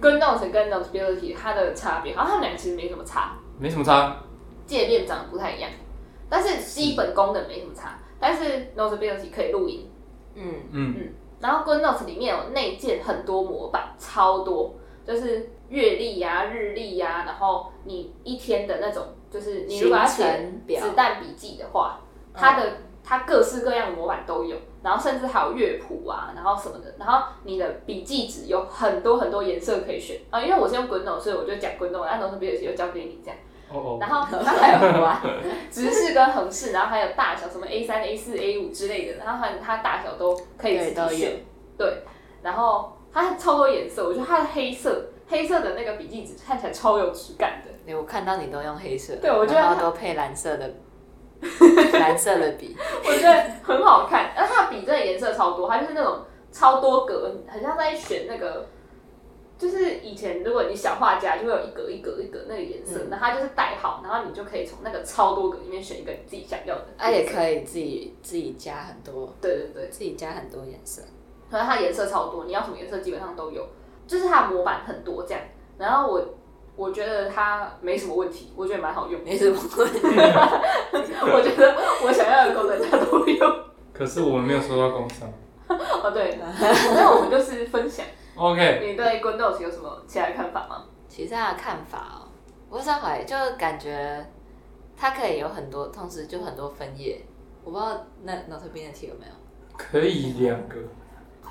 Speaker 3: GoodNote 跟 Notability 它的差别，好像它们俩其实没什么差，
Speaker 2: 没什么差，
Speaker 3: 界面长得不太一样，但是基本功能没什么差。但是 Notability 可以录音，
Speaker 1: 嗯，
Speaker 2: 嗯，
Speaker 3: 然后 GoodNotes 里面有内建很多模板，超多，就是月历呀、日历呀、然后你一天的那种，就是你如果要
Speaker 1: 行
Speaker 3: 写
Speaker 1: 程表嗯
Speaker 3: 子弹笔记的话，它的它各式各样的模板都有，然后甚至还有乐谱啊，然后什么的，然后你的笔记纸有很多很多颜色可以选啊、因为我是用 GoodNotes，所以我就讲 GoodNotes，按 Notability 就交给你这样。
Speaker 2: 哦哦，
Speaker 3: 然后它还有啊，直视跟横视，然后还有大小，什么 A 三、A 四、A 五之类的，然后还有它大小都可以自
Speaker 1: 对都
Speaker 3: 己
Speaker 1: 有
Speaker 3: 选。对，然后它超多颜色，我觉得它的黑色，黑色的那个笔记纸看起来超有质感的。
Speaker 1: 对我看到你都用黑色，
Speaker 3: 对我觉得
Speaker 1: 然后
Speaker 3: 它
Speaker 1: 都配蓝色 的，蓝色的笔，
Speaker 3: 我觉得很好看。然后它的笔真的颜色超多，它就是那种超多格，很像在选那个，就是以前如果你小画家就会有一格一格一格那个颜色，
Speaker 1: 嗯
Speaker 3: 然后它就是代号，然后你就可以从那个超多格里面选一个你自己想要的。
Speaker 1: 它啊也可以自己自己加很多，
Speaker 3: 对对对，
Speaker 1: 自己加很多颜色。
Speaker 3: 可能它颜色超多，你要什么颜色基本上都有，就是它的模板很多这样。然后我我觉得它没什么问题，我觉得蛮好用的。
Speaker 1: 没什么问题，
Speaker 3: 我觉得我想要的功能它都有。
Speaker 2: 可是我们没有收到工伤。
Speaker 3: 哦， 对，那我们就是分享
Speaker 2: OK，
Speaker 3: 你对 Windows 有什么其他的看法吗？
Speaker 1: 其实他的看法哦，我上怀就感觉它可以有很多，同时就很多分页。我不知道那 Notability 有没有，
Speaker 2: 可以两个，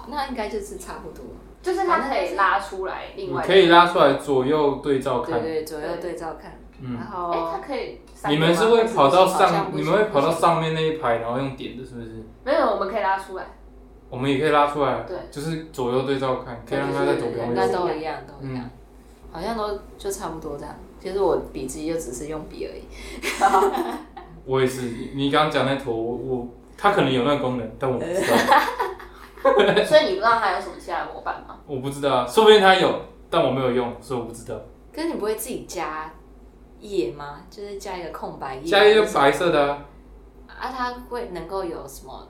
Speaker 1: 那应该就是差不多。
Speaker 3: 就是它可以拉出来
Speaker 2: 你
Speaker 3: 另外，
Speaker 2: 可以拉出来左右对照
Speaker 1: 对
Speaker 2: 看。
Speaker 1: 对，左右对照看，
Speaker 2: 嗯
Speaker 1: 然
Speaker 3: 哎、它
Speaker 1: 后
Speaker 3: 可以三个
Speaker 2: 你
Speaker 3: 吗。
Speaker 2: 们是会跑到
Speaker 1: 好像
Speaker 2: 上，
Speaker 1: 不行
Speaker 2: 你们会跑到上面那一排，然后用点的，是不是？
Speaker 3: 没有，我们可以拉出来。
Speaker 2: 我们也可以拉出来，
Speaker 3: 对
Speaker 2: 就是左右对照看，可
Speaker 1: 对
Speaker 2: 以让它在左边
Speaker 1: 对
Speaker 2: 位
Speaker 1: 那
Speaker 2: 置。
Speaker 1: 都一样，
Speaker 2: 嗯
Speaker 1: 都一样，好像都就差不多这样。其实我笔记就只是用笔而已，
Speaker 2: 我也是，你刚刚讲那坨，我我它可能有那个功能，但我不知 道，
Speaker 3: 所以你不知道它有什么其他的模板吗？
Speaker 2: 我不知道啊，说不定它有，但我没有用，所以我不知道。
Speaker 1: 可是你不会自己加页吗？就是加一个空白页，
Speaker 2: 下一个就白色的啊，
Speaker 1: 啊，它会能够有什么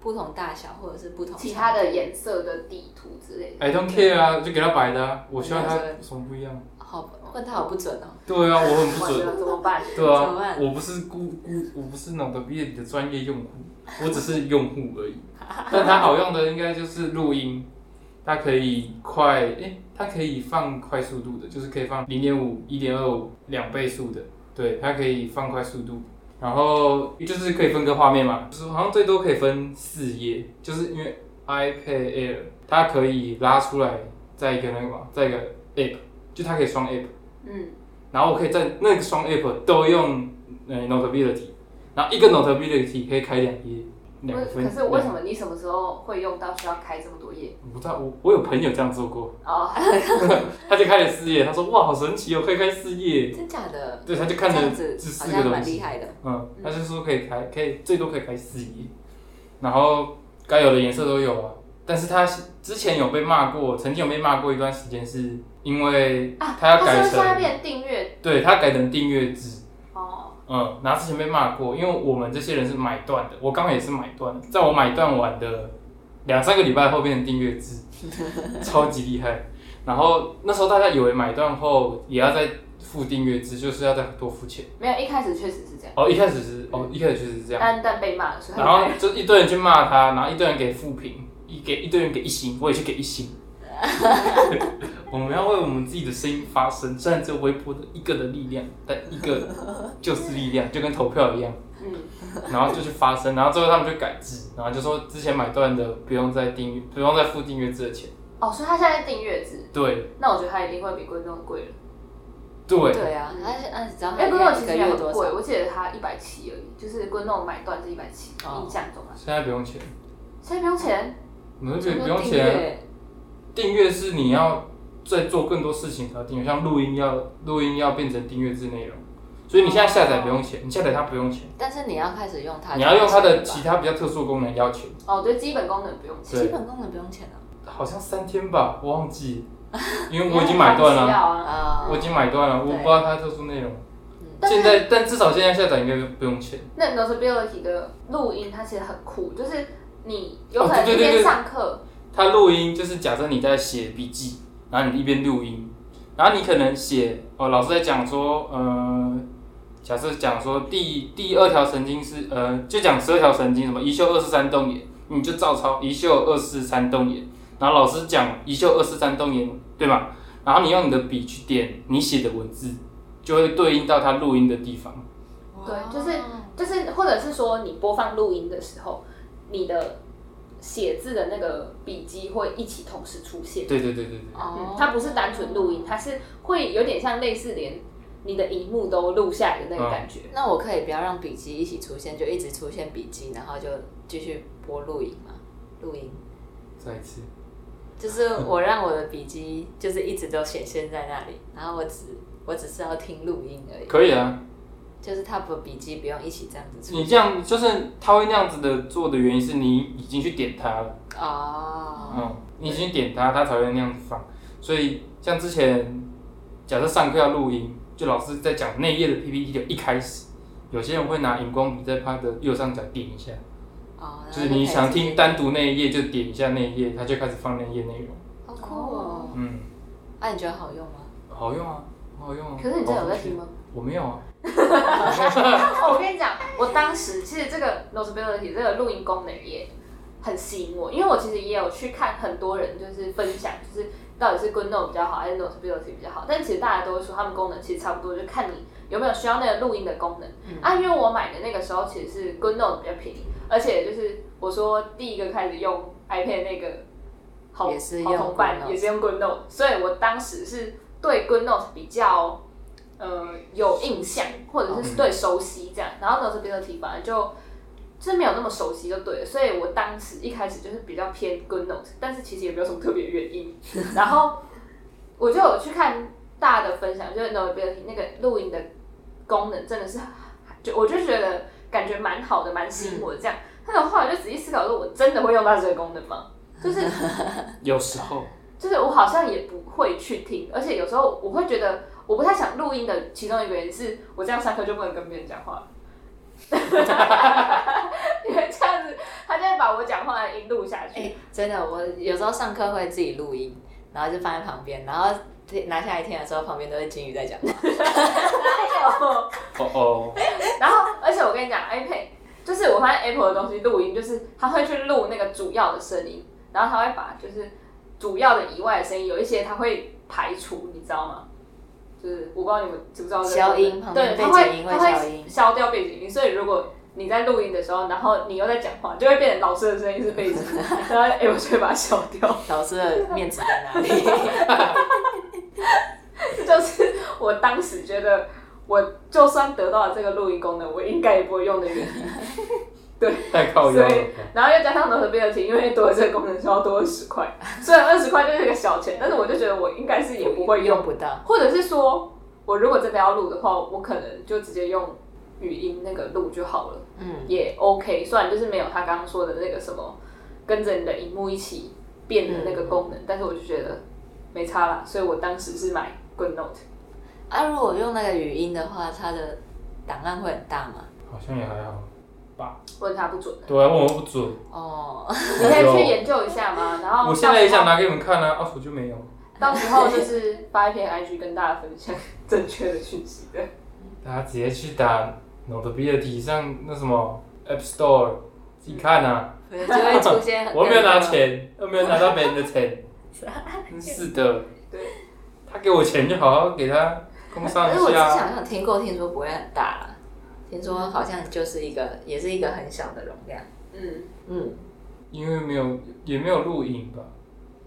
Speaker 1: 不同大小或者是不同
Speaker 3: 其他的颜色的地图之类的。
Speaker 2: I don't care 啊，就给它白的啊，我希望它有什么不一样。
Speaker 1: 好问他好不准哦，
Speaker 2: 对啊，我很 不
Speaker 3: 我觉
Speaker 2: 准。
Speaker 3: 得怎么办？
Speaker 2: 对
Speaker 1: 怎么
Speaker 2: 啊，
Speaker 1: 办
Speaker 2: 我不是孤孤，我不是 Notability 的专业用户，我只是用户而已。 但它好用的应该就是录音，它可以快，诶、它可以放快速度的，就是可以放零点五、一点二五两倍速的，对，它可以放快速度。然后就是可以分割画面嘛，就是好像最多可以分四页，就是因为 iPad Air 它可以拉出来，再一个那个嘛，再一个 App，就它可以双 App。
Speaker 3: 嗯，
Speaker 2: 然后我可以在那个双 app 都用呃 Notability，然后一个 Notability 可以开两页，两
Speaker 3: 为
Speaker 2: 分。
Speaker 3: 可是为什么你什么时候会用到需要开这么多页？
Speaker 2: 我不知道，我我有朋友这样做过，
Speaker 3: 哦，
Speaker 2: 他就开了四页，他说哇好神奇哦，可以开四页。
Speaker 1: 真假的？
Speaker 2: 对，他就看
Speaker 1: 这
Speaker 2: 了
Speaker 1: 样
Speaker 2: 这
Speaker 1: 子
Speaker 2: 四
Speaker 1: 好
Speaker 2: 个
Speaker 1: 像
Speaker 2: 东
Speaker 1: 蛮
Speaker 2: 西
Speaker 1: 厉，害的。
Speaker 2: 嗯，他就说可以开，可以最多可以开四页，然后该有的颜色都有啊。但是他之前有被骂过，曾经有被骂过一段时间，是因为
Speaker 3: 啊，
Speaker 2: 他要
Speaker 3: 是
Speaker 2: 改
Speaker 3: 不是
Speaker 2: 成，
Speaker 3: 现在变订阅
Speaker 2: 对他改成订阅制，
Speaker 3: 哦，
Speaker 2: 嗯，然后之前被骂过，因为我们这些人是买断的，我刚好也是买断的，在我买断完的两三个礼拜后变成订阅制，超级厉害。然后那时候大家以为买断后也要再付订阅制，就是要再多付钱。
Speaker 3: 没有，一开始确实是这样，
Speaker 2: 哦，一开始是哦，一开始就是这样，
Speaker 3: 但但被骂了，所以
Speaker 2: 然后就一堆人去骂他，然后一堆人给负评，一给一堆人给一星，我也去给一星。我们要为我们自己的声音发声，虽然只有微薄的一个的力量，但一个就是力量，就跟投票一样。
Speaker 3: 嗯，
Speaker 2: 然后就去发声，然后最后他们就改制，然后就说之前买断的不用再订阅，不用再付订阅制的钱。
Speaker 3: 哦，所以他现在订阅制，
Speaker 2: 对
Speaker 3: 那我觉得他一定会比贵更贵了。
Speaker 2: 对，
Speaker 1: 对啊，那那你知道
Speaker 3: 哎、
Speaker 1: 每
Speaker 3: 欸，不过
Speaker 1: 个
Speaker 3: 其
Speaker 1: 一
Speaker 3: 实
Speaker 1: 个
Speaker 3: 也
Speaker 1: 月
Speaker 3: 很
Speaker 1: 多
Speaker 3: 贵，
Speaker 1: 少？
Speaker 3: 我记得它一百七而已，就是跟那种买断是一百七，
Speaker 1: 哦
Speaker 3: 印象中啊，
Speaker 2: 现在不用钱，
Speaker 3: 现在不用钱，
Speaker 2: 你们
Speaker 1: 就
Speaker 2: 觉
Speaker 1: 是
Speaker 2: 得不用
Speaker 1: 订
Speaker 2: 钱？啊
Speaker 1: 阅
Speaker 2: 订阅是你要再做更多事情才要订阅，像录音要录音要变成订阅制内容，所以你现在下载不用钱，你下载它不用钱，
Speaker 1: 但是你要开始用它，
Speaker 2: 你要用它的
Speaker 1: 就
Speaker 2: 其
Speaker 1: 是吧
Speaker 2: 他比较特殊的功能要求，
Speaker 3: 哦，对，基本功能不用钱，
Speaker 2: 对
Speaker 1: 基本功能不用钱啊。
Speaker 2: 好像三天吧，我忘记，因为我已经买断
Speaker 3: 因为它需要
Speaker 2: 了，
Speaker 3: 啊，
Speaker 1: 啊，
Speaker 2: 我已经买断了，我不
Speaker 1: 对
Speaker 2: 知道它特殊内容。
Speaker 3: 但
Speaker 2: 现
Speaker 3: 是
Speaker 2: 在但至少现在下载应该不用钱。
Speaker 3: 那 Notability 的录音它其实很酷，就是你有
Speaker 2: 哦
Speaker 3: 可能
Speaker 2: 对对
Speaker 3: 一
Speaker 2: 对
Speaker 3: 边
Speaker 2: 对
Speaker 3: 上课，
Speaker 2: 它录音就是假设你在写笔记，然后你一边录音，然后你可能写哦，老师在讲说，呃，假设讲说第第二条神经是呃，就讲十二条神经什么一嗅二四三动眼，你就照抄一嗅二四三动眼，然后老师讲一嗅二四三动眼，对吧？然后你用你的笔去点你写的文字，就会对应到它录音的地方。
Speaker 3: 对就是就是或者是说你播放录音的时候，你的写字的那个笔记会一起同时出现。
Speaker 2: 对对对对对。
Speaker 1: 哦
Speaker 3: 嗯，它不是单纯录音，它是会有点像类似连你的荧幕都录下来的那个感觉。
Speaker 1: 那我可以不要让笔记一起出现，就一直出现笔记，然后就继续播录影嘛？录影
Speaker 2: 再一次，
Speaker 1: 就是 我让我的笔记就是一直都显现在那里，然后我只我只是要听录音而已，
Speaker 2: 可以啊。
Speaker 1: 就是它不笔记不用一起这样子出
Speaker 2: 你这样就是他会那样子的做的原因是你已经去点它了，
Speaker 1: 哦，
Speaker 2: 嗯，你已经点它，它才会那样子放。所以像之前，假设上课要录音，就老师在讲内页的 PPT 的一开始，有些人会拿荧光笔在它的右上角点一下，
Speaker 3: 啊
Speaker 1: 哦，然后
Speaker 2: 就是
Speaker 1: 可以
Speaker 2: 你想
Speaker 1: 直接
Speaker 2: 听单独那一页就点一下那一页，它就开始放那一页内容。
Speaker 1: 好酷哦！
Speaker 2: 嗯，
Speaker 1: 那、你觉得好用吗？
Speaker 2: 好用啊，好用啊。
Speaker 3: 可是你真的有在听 吗？
Speaker 2: 我没有啊，
Speaker 3: 哦我跟你讲，我当时其实这个 Notability 这个录音功能也很吸引我，因为我其实也有去看很多人就是分享，就是到底是 Good Note 比较好还是 Notability 比较好，但其实大家都会说他们功能其实差不多，就看你有没有需要那个录音的功能。
Speaker 1: 嗯
Speaker 3: 啊，因为我买的那个时候其实是 Good Note 比较便宜，而且就是我说第一个开始用 iPad 那个好
Speaker 1: 也是
Speaker 3: 好
Speaker 1: 用
Speaker 3: 同伴
Speaker 1: Good
Speaker 3: 也是用 Good Note，所以我当时是对 Good Note 比较。呃，有印象，或者是对熟悉这样，然后 Notability 反而就就是没有那么熟悉就对了，所以我当时一开始就是比较偏 Good Note，但是其实也没有什么特别原因。 然后我就有去看大的分享，就是 Notability 那个录音的功能真的是，就我就觉得感觉蛮好的，蛮吸引我的这样。但是我后来就仔细思考说，我真的会用到这个功能吗？就是
Speaker 2: 有时候
Speaker 3: 就是我好像也不会去听，而且有时候我会觉得我不太想录音的其中一个原因是我这样上课就不能跟别人讲话 了，因为这样子他就会把我讲话的音录下去。
Speaker 1: 哎、真的，我有时候上课会自己录音，然后就放在旁边，然后拿下来听的时候，旁边都是金鱼在讲话。
Speaker 3: 哪有？
Speaker 2: 哦哦，
Speaker 3: 然后，而且我跟你讲，iPad 就是我发现 Apple 的东西录音，就是它会去录那个主要的声音，然后它会把就是主要的以外的声音，有一些它会排除，你知道吗？就是我不知道你们知不知道这个
Speaker 1: 消音旁边
Speaker 3: 对，它
Speaker 1: 背
Speaker 3: 会
Speaker 1: 景音会
Speaker 3: 它
Speaker 1: 消
Speaker 3: 会
Speaker 1: 音
Speaker 3: 消掉背景音，所以如果你在录音的时候，然后你又在讲话，就会变成老师的声音是背景，音，然后 Apple 就会把它消掉。
Speaker 1: 老师的面子在哪里？
Speaker 3: 就是我当时觉得，我就算得到了这个录音功能，我应该也不会用的原因。
Speaker 2: 太靠腰
Speaker 3: 所
Speaker 2: 了
Speaker 3: 以。然后又加上 Notability，因为多了这个功能之后多了十块，虽然二十块就是一个小钱，但是我就觉得我应该是也不会用
Speaker 1: 用，不到。
Speaker 3: 或者是说我如果真的要录的话，我可能就直接用语音那个录就好了，
Speaker 1: 嗯，
Speaker 3: 也 OK。虽然就是没有他刚刚说的那个什么跟着你的荧幕一起变的那个功
Speaker 2: 嗯
Speaker 3: 能，但是我就觉得没差啦，所以我当时是买 Good Note。
Speaker 1: 啊，如果用那个语音的话，它的档案会很大吗？
Speaker 2: 好像也还好。
Speaker 3: 问 他不准，
Speaker 2: 对啊，问我不准。
Speaker 1: 哦，
Speaker 3: 你可以去研究一下嘛。然后
Speaker 2: 我现在也想
Speaker 3: 到
Speaker 2: 拿
Speaker 3: 时候
Speaker 2: 给你们看啊，啊，我就没有。
Speaker 3: 到时候就是发一篇 IG 跟大家分享正确的讯息的。
Speaker 2: 大家直接去打 Notability 上那什么 App Store 自己看啊。
Speaker 1: 就 会出现
Speaker 3: 嗯
Speaker 1: 很。
Speaker 2: 我又没有拿。钱，又没有拿到别人的钱，
Speaker 3: 啊
Speaker 2: 真是的。
Speaker 3: 对，
Speaker 2: 他给我钱就好好给他工商
Speaker 1: 可
Speaker 3: 哎
Speaker 2: 一
Speaker 1: 是我之前
Speaker 2: 下。
Speaker 1: 好像听过，听说不会很大啦，听说好像就是一个，也是一个很小的容量。
Speaker 3: 嗯，
Speaker 1: 嗯，
Speaker 2: 因为没有也没有录影吧，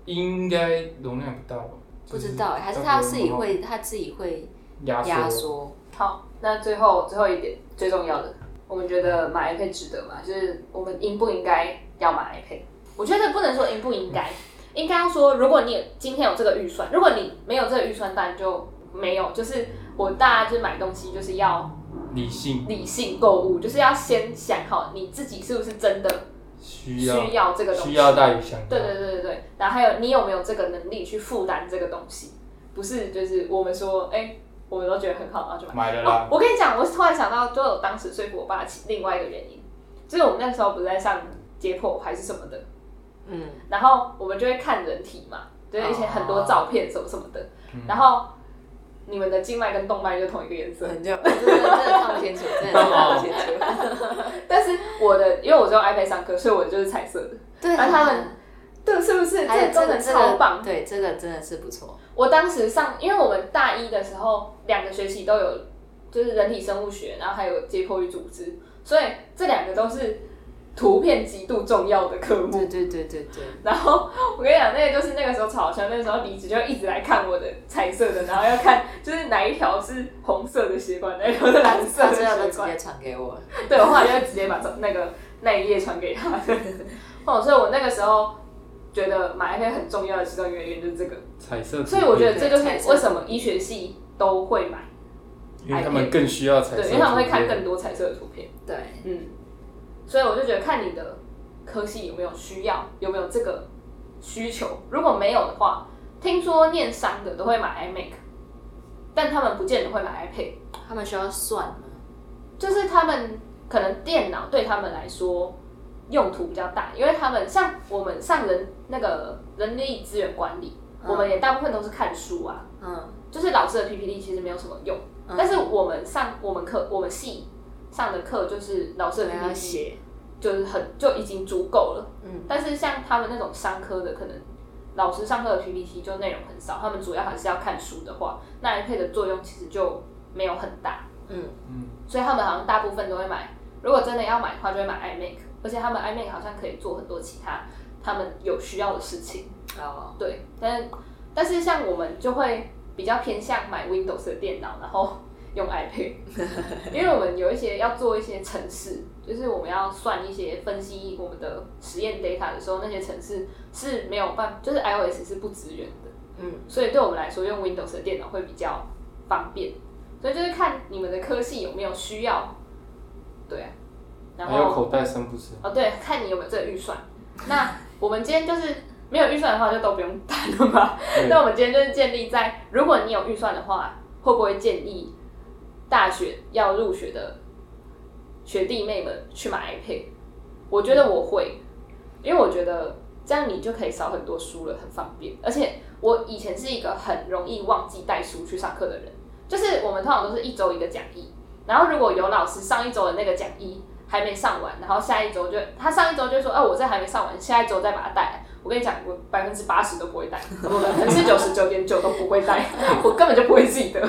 Speaker 2: 应该容量不大吧？
Speaker 1: 不
Speaker 2: 就是
Speaker 1: 知道欸，还是他自己
Speaker 2: 到时候
Speaker 1: 会，他自己会
Speaker 2: 压
Speaker 1: 压
Speaker 2: 缩。
Speaker 1: 缩。
Speaker 3: 好，那最后最后一点最重要的，我们觉得买 iPad 值得吗？就是我们应不应该要买 iPad？我觉得不能说应不应该，应该要说，如果你有今天有这个预算，如果你没有这个预算，当然就没有。就是我大家就是买东西就是要
Speaker 2: 理性
Speaker 3: 理性购物，就是要先想好你自己是不是真的
Speaker 2: 需要
Speaker 3: 需要这个东西，
Speaker 2: 需要大于想要。
Speaker 3: 对对对对对，然后还有你有没有这个能力去负担这个东西？不是，就是我们说，哎、我们都觉得很好，然后就买。
Speaker 2: 买了
Speaker 3: 哦
Speaker 2: 啦，，
Speaker 3: 我跟你讲，我突然想到，就我当时说服我爸其另外一个原因，就是我们那时候不是在上解剖还是什么的，
Speaker 1: 嗯，
Speaker 3: 然后我们就会看人体嘛，就是一些很多照片什么什么的，
Speaker 2: 嗯
Speaker 3: 然后你们的静脉跟动脉就同一个颜色，
Speaker 1: 很就真的 真的看不清楚，真的是看不清 楚。
Speaker 3: 但是我的因为我只有 iPad 上课，所以我就是彩色的，
Speaker 1: 对
Speaker 3: 然后他们对，是不是？
Speaker 1: 还有这
Speaker 3: 这功
Speaker 1: 个
Speaker 3: 能
Speaker 1: 这
Speaker 3: 超棒
Speaker 1: 个，，对，这个真的是不错。
Speaker 3: 我当时上，因为我们大一的时候两个学期都有，就是人体生物学，然后还有解剖与组织，所以这两个都是图片极度重要的科
Speaker 2: 嗯
Speaker 3: 目。
Speaker 1: 对 对对对对，
Speaker 3: 然后我跟你讲，那个就是那个时候超好笑，那时候离职就一直来看我的彩色的，然后要看就是哪一条是红色的血管，哪一条是蓝色
Speaker 1: 他
Speaker 3: 的
Speaker 1: 最后都
Speaker 3: 血
Speaker 1: 直
Speaker 3: 管。
Speaker 1: 接传给我了。
Speaker 3: 对，我后来就直接把那个那一页传给他的。 哦，所以我那个时候觉得买 iPad 很重要的其中一个原因就是这个。
Speaker 2: 彩色。
Speaker 3: 所以我觉得这就是
Speaker 1: 对彩色
Speaker 3: 为什么医学系都会买，
Speaker 2: 因为他们更需要彩色。
Speaker 3: 对，因为他们会看更。多彩色的图片，
Speaker 1: 对，
Speaker 3: 嗯，所以我就觉得看你的科系有没有需要，有没有这个需求，如果没有的话，听说念商的都会买 iMac，但他们不见得会买 iPad，
Speaker 1: 他们需要算吗？
Speaker 3: 就是他们可能电脑对他们来说用途比较大，因为他们像我们上人那个人力资源管理，我们也大部分都是看书啊，
Speaker 1: 嗯，
Speaker 3: 就是老师的 PPT 其实没有什么用，
Speaker 1: 嗯
Speaker 3: 但是我们上我们课我们系上的课就是老师
Speaker 1: 这
Speaker 3: 的
Speaker 1: 个要
Speaker 3: PPT
Speaker 1: 写。
Speaker 3: 就是很就已经足够了。
Speaker 1: 嗯，
Speaker 3: 但是像他们那种商科的，可能老师上课的 PPT 就内容很少，他们主要还是要看书的话，那 iPad 的作用其实就没有很大，
Speaker 1: 嗯，
Speaker 2: 嗯，
Speaker 3: 所以他们好像大部分都会买。如果真的要买的话，就会买 iMac，而且他们 iMac 好像可以做很多其他他们有需要的事情。
Speaker 1: 哦，
Speaker 3: 对，但但是像我们就会比较偏向买 Windows 的电脑，然后用 iPad，因为我们有一些要做一些程式，就是我们要算一些分析我们的实验 data 的时候，那些程式是没有办，就是 iOS 是不支援的，
Speaker 1: 嗯，
Speaker 3: 所以对我们来说用 Windows 的电脑会比较方便，所以就是看你们的科系有没有需要，对啊，然
Speaker 2: 还
Speaker 3: 后
Speaker 2: 有口袋深不深？
Speaker 3: 哦，对，看你有没有这个预算。那我们今天就是没有预算的话，就都不用谈了嘛。
Speaker 2: 对
Speaker 3: 那我们今天就是建立在，如果你有预算的话，会不会建议大学要入学的学弟妹们去买 iPad？我觉得我会，因为我觉得这样你就可以少很多书了，很方便。而且我以前是一个很容易忘记带书去上课的人，就是我们通常都是一周一个讲义，然后如果有老师上一周的那个讲义还没上完，然后下一周就他上一周就说，哦，我这还没上完，下一周再把它带来。我跟你讲，我百分之八十都不会带，不不，百分之九十九点九都不会带，我根本就不会记得。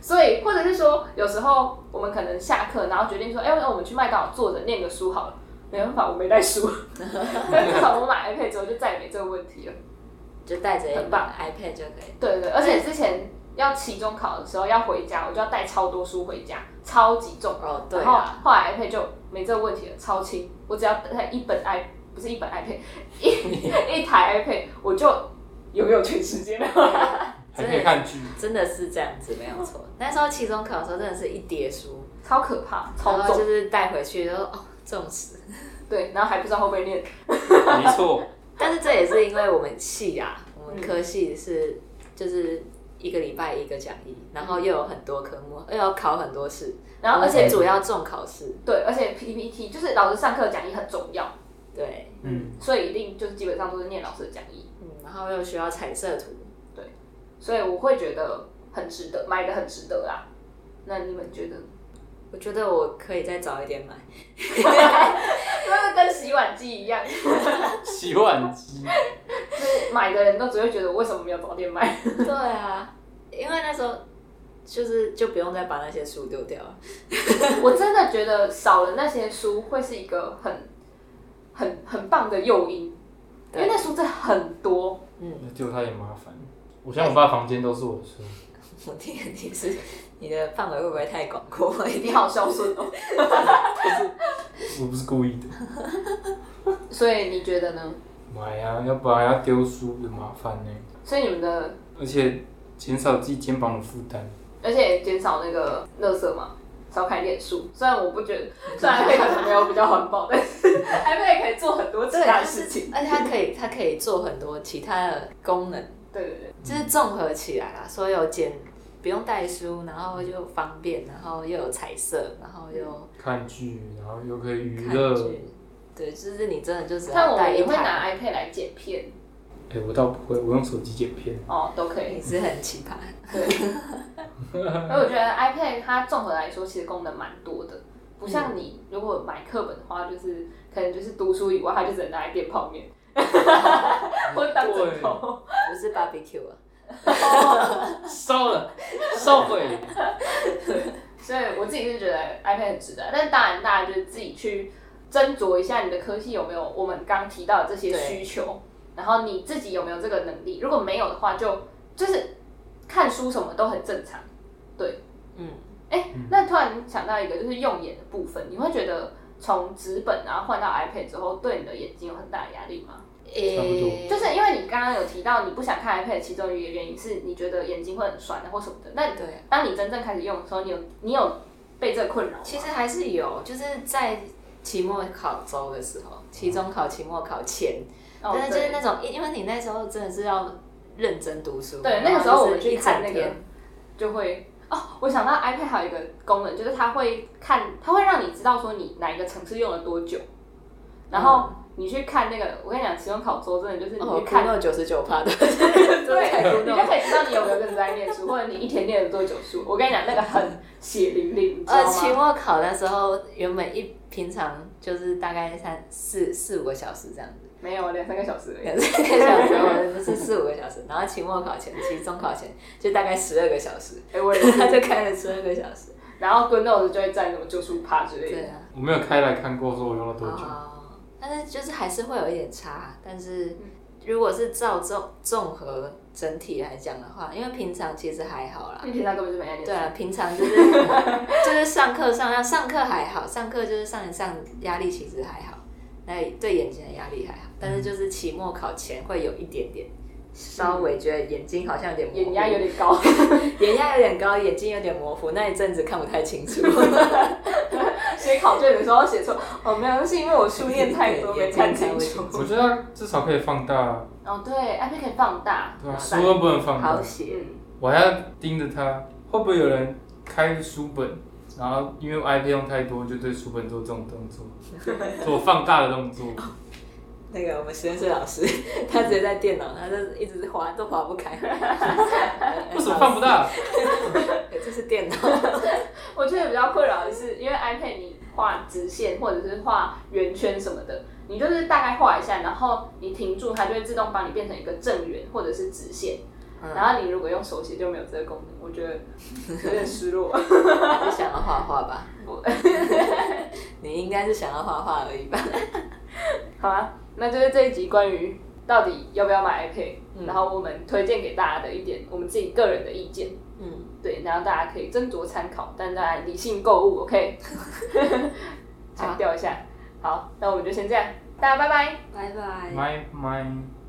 Speaker 3: 所以，或者是说，有时候我们可能下课，然后决定说，哎、那我们去麦当劳坐着念个书好了。没办法，我没带书， 但至少我买 iPad 之后就再也没这个问题了。
Speaker 1: 就带着一
Speaker 3: 很
Speaker 1: 本
Speaker 3: 棒
Speaker 1: iPad 就可以。
Speaker 3: 对对对，而且之前要期中考的时候要回家，我就要带超多书回家，超级重。
Speaker 1: 哦，对
Speaker 3: 然后
Speaker 1: 啊，
Speaker 3: 后来 iPad 就没这个问题了，超轻，我只要带一本 i 不是一本 iPad，一 一台 iPad 我就拥有全世界了。
Speaker 2: 还可以看剧，
Speaker 1: 真的是这样子，没有错。嗯那时候期中考的时候，真的是一叠书，
Speaker 3: 超可怕，超
Speaker 1: 然后
Speaker 3: 重
Speaker 1: 就，是带回去就说哦重视，
Speaker 3: 对，然后还不知道会不会念，
Speaker 2: 没错，
Speaker 1: 但是这也是因为我们系啊，我们科系是就是一个礼拜一个讲义，然后又有很多科目，又要考很多试，
Speaker 3: 然后
Speaker 1: 嗯
Speaker 3: 而
Speaker 1: 而且
Speaker 3: 且
Speaker 1: 主要重考试，
Speaker 3: 对，而且 PPT 就是老师上课讲义很重要，
Speaker 1: 对，
Speaker 2: 嗯，
Speaker 3: 所以一定就是基本上都是念老师的讲义，
Speaker 1: 嗯，然后又需要彩色图，
Speaker 3: 所以我会觉得很值得，买的很值得啦。那你们觉得？
Speaker 1: 我觉得我可以再早一点买，
Speaker 3: 那跟洗碗机一样，
Speaker 2: 洗碗机，
Speaker 3: 买的人都只会觉得为什么没有早点 买？
Speaker 1: 对啊，因为那时候就是就不用再把那些书丢掉了，
Speaker 3: 我真的觉得少了那些书会是一个很很很棒的诱因，因
Speaker 1: 对
Speaker 3: 为那书真的很多，
Speaker 1: 嗯，
Speaker 2: 丢它也麻烦。我现在我爸房间都是我的书，
Speaker 1: 我听你是你的范围会不会太广阔一
Speaker 3: 你
Speaker 1: 点？
Speaker 3: 好孝顺哦。
Speaker 2: 我不是故意的。
Speaker 3: 所以你觉得呢？
Speaker 2: 买啊，要不然要丢书很麻烦呢、
Speaker 3: 所以你们的，
Speaker 2: 而且减少自己肩膀的负担。
Speaker 3: 而且也减少那个垃圾嘛，少看一点书。虽然我不觉 得，虽然 iPad 可能没有比较环保，但是 iPad 可以做很多其
Speaker 1: 对，
Speaker 3: 他
Speaker 1: 它
Speaker 3: 的
Speaker 1: 是
Speaker 3: 事情。
Speaker 1: 而且它可以它可以做很多其他的功能。
Speaker 3: 对对对，
Speaker 1: 就是综合起来啦，所有简不用带书，然后又方便，然后又有彩色，然后又
Speaker 2: 看剧，然后又可以娱
Speaker 1: 看
Speaker 2: 乐。
Speaker 1: 剧。对，就是你真的就只
Speaker 3: 但
Speaker 1: 要
Speaker 3: 我
Speaker 1: 带
Speaker 3: 们
Speaker 1: 一
Speaker 3: 也会
Speaker 1: 台，
Speaker 3: 拿 iPad 来剪片
Speaker 2: 哎、我倒不会，我用手机剪片。
Speaker 3: 哦，都可以
Speaker 1: 你。是很奇葩。
Speaker 3: 对，所以我觉得 iPad 它综合来说其实功能蛮多的，不像你如果买课本的话，就是可能就是读书以外，它就只能拿来垫泡面， 或者当枕头。
Speaker 1: 不是 barbecue 啊，
Speaker 2: 烧了，烧毁。
Speaker 3: 所以我自己是觉得 iPad 很值得，但当然大家就自己去斟酌一下你的科系有没有我们刚提到的这些
Speaker 1: 对
Speaker 3: 需求，然后你自己有没有这个能力，如果没有的话就就是看书什么都很正常。
Speaker 1: 嗯，
Speaker 3: 哎、那突然想到一个，就是用眼的部分，你会觉得从纸本然后换到 iPad 之后，对你的眼睛有很大的压力吗？
Speaker 2: 差不多
Speaker 1: 诶
Speaker 3: 就是因为你刚刚有提到你不想看 iPad，其中一个原因是你觉得眼睛会很酸的或什么的。那
Speaker 1: 对，
Speaker 3: 当你真正开始用的时候，你有你有被这个困扰吗？
Speaker 1: 其实还是有，就是在期末考周的时候，期中考、期末考前，
Speaker 3: 哦，
Speaker 1: 但是就是
Speaker 3: 对
Speaker 1: 那种，因因为你那时候真的是要认真读书，
Speaker 3: 对，那
Speaker 1: 然
Speaker 3: 个
Speaker 1: 后
Speaker 3: 时候我
Speaker 1: 就是
Speaker 3: 们去
Speaker 1: 一
Speaker 3: 看
Speaker 1: 整
Speaker 3: 那个
Speaker 1: 天，
Speaker 3: 就会哦，我想到 iPad 还有一个功能，就是它会看，它会让你知道说你哪一个城市用了多久，然后你去看那个，我跟你讲，期中考周真的就是你
Speaker 1: 嗯哦，
Speaker 3: 去
Speaker 1: 看
Speaker 3: 看
Speaker 1: 到九十九趴 的，
Speaker 3: 对，
Speaker 1: 对
Speaker 3: 你就可以知道你有没有认真在念书，或者你一天念了多久书。我跟你讲，那个很血淋淋，你知
Speaker 1: 呃，
Speaker 3: 道
Speaker 1: 期
Speaker 3: 吗？
Speaker 1: 末考那时候，原本一平常就是大概三四四五个小时这样子，
Speaker 3: 没有两三个小时而已。
Speaker 1: 两 三个小时，我们是四五个小时，然后期末考前、期中考前就大概十二个小 时，
Speaker 3: 哎，我也
Speaker 1: 他
Speaker 3: 是。
Speaker 1: 就开了十二个小时。
Speaker 3: 然后 Goodnotes 就会占什么九十五趴之类
Speaker 1: 对
Speaker 3: 的。
Speaker 1: 啊，
Speaker 2: 我没有开来看过，说我用了多久。
Speaker 1: 哦，但是就是还是会有一点差，但是
Speaker 3: 嗯
Speaker 1: 如果是照综综合整体来讲的话，因为平常其实还好啦。
Speaker 3: 你平常根本就没在念
Speaker 1: 对
Speaker 3: 书。
Speaker 1: 啊，平常就是 就是上课上上上课还好，上课就是上一上压力其实还好，那对眼睛的压力还好，但是就是期末考前会有一点点，稍微觉得眼睛好像有点模糊，
Speaker 3: 嗯眼压有点高，
Speaker 1: 眼压有点高，眼睛有点模糊，那一阵子看不太清 楚，
Speaker 3: 写考卷的时候写错，哦没有，那是因为我书念太多
Speaker 1: 对
Speaker 3: 没看
Speaker 1: 眼睛才
Speaker 3: 清
Speaker 1: 会
Speaker 3: 楚。
Speaker 2: 我觉得它至少可以放大，
Speaker 3: 哦对，iPad 可以放大，
Speaker 2: 对吧、啊
Speaker 1: 放大
Speaker 2: 书都不能放
Speaker 1: 好
Speaker 2: 大，
Speaker 1: 写，
Speaker 3: 嗯，
Speaker 2: 我还要盯着它。会不会有人开书本，然后因为 iPad 用太多，就对书本做这种动作，做放大的动作？
Speaker 1: 那个我们实验室老师， 他直接在电脑，他就一直滑都滑不开，
Speaker 2: 为什 么放不？大？
Speaker 1: 这是电脑，
Speaker 3: 我觉得比较困扰的是，因为 iPad 你画直线或者是画圆圈什么的，你就是大概画一下，然后你停住，它就会自动帮你变成一个正圆或者是直线。
Speaker 2: 嗯
Speaker 3: 然后你如果用手写就没有这个功能，我觉得有点失 落。
Speaker 1: 还是想要画画吧
Speaker 3: 我？
Speaker 1: 你应该是想要画画而已吧？
Speaker 3: 好啊，那就是这一集关于到底要不要买 iPad，、
Speaker 1: 嗯
Speaker 3: 然后我们推荐给大家的一点我们自己个人的意见。
Speaker 1: 嗯，
Speaker 3: 对，然后大家可以斟酌参考，但大家理性购物，OK？强调一下。好，那我们就先这样，大家拜拜。
Speaker 1: 拜拜。
Speaker 2: my my。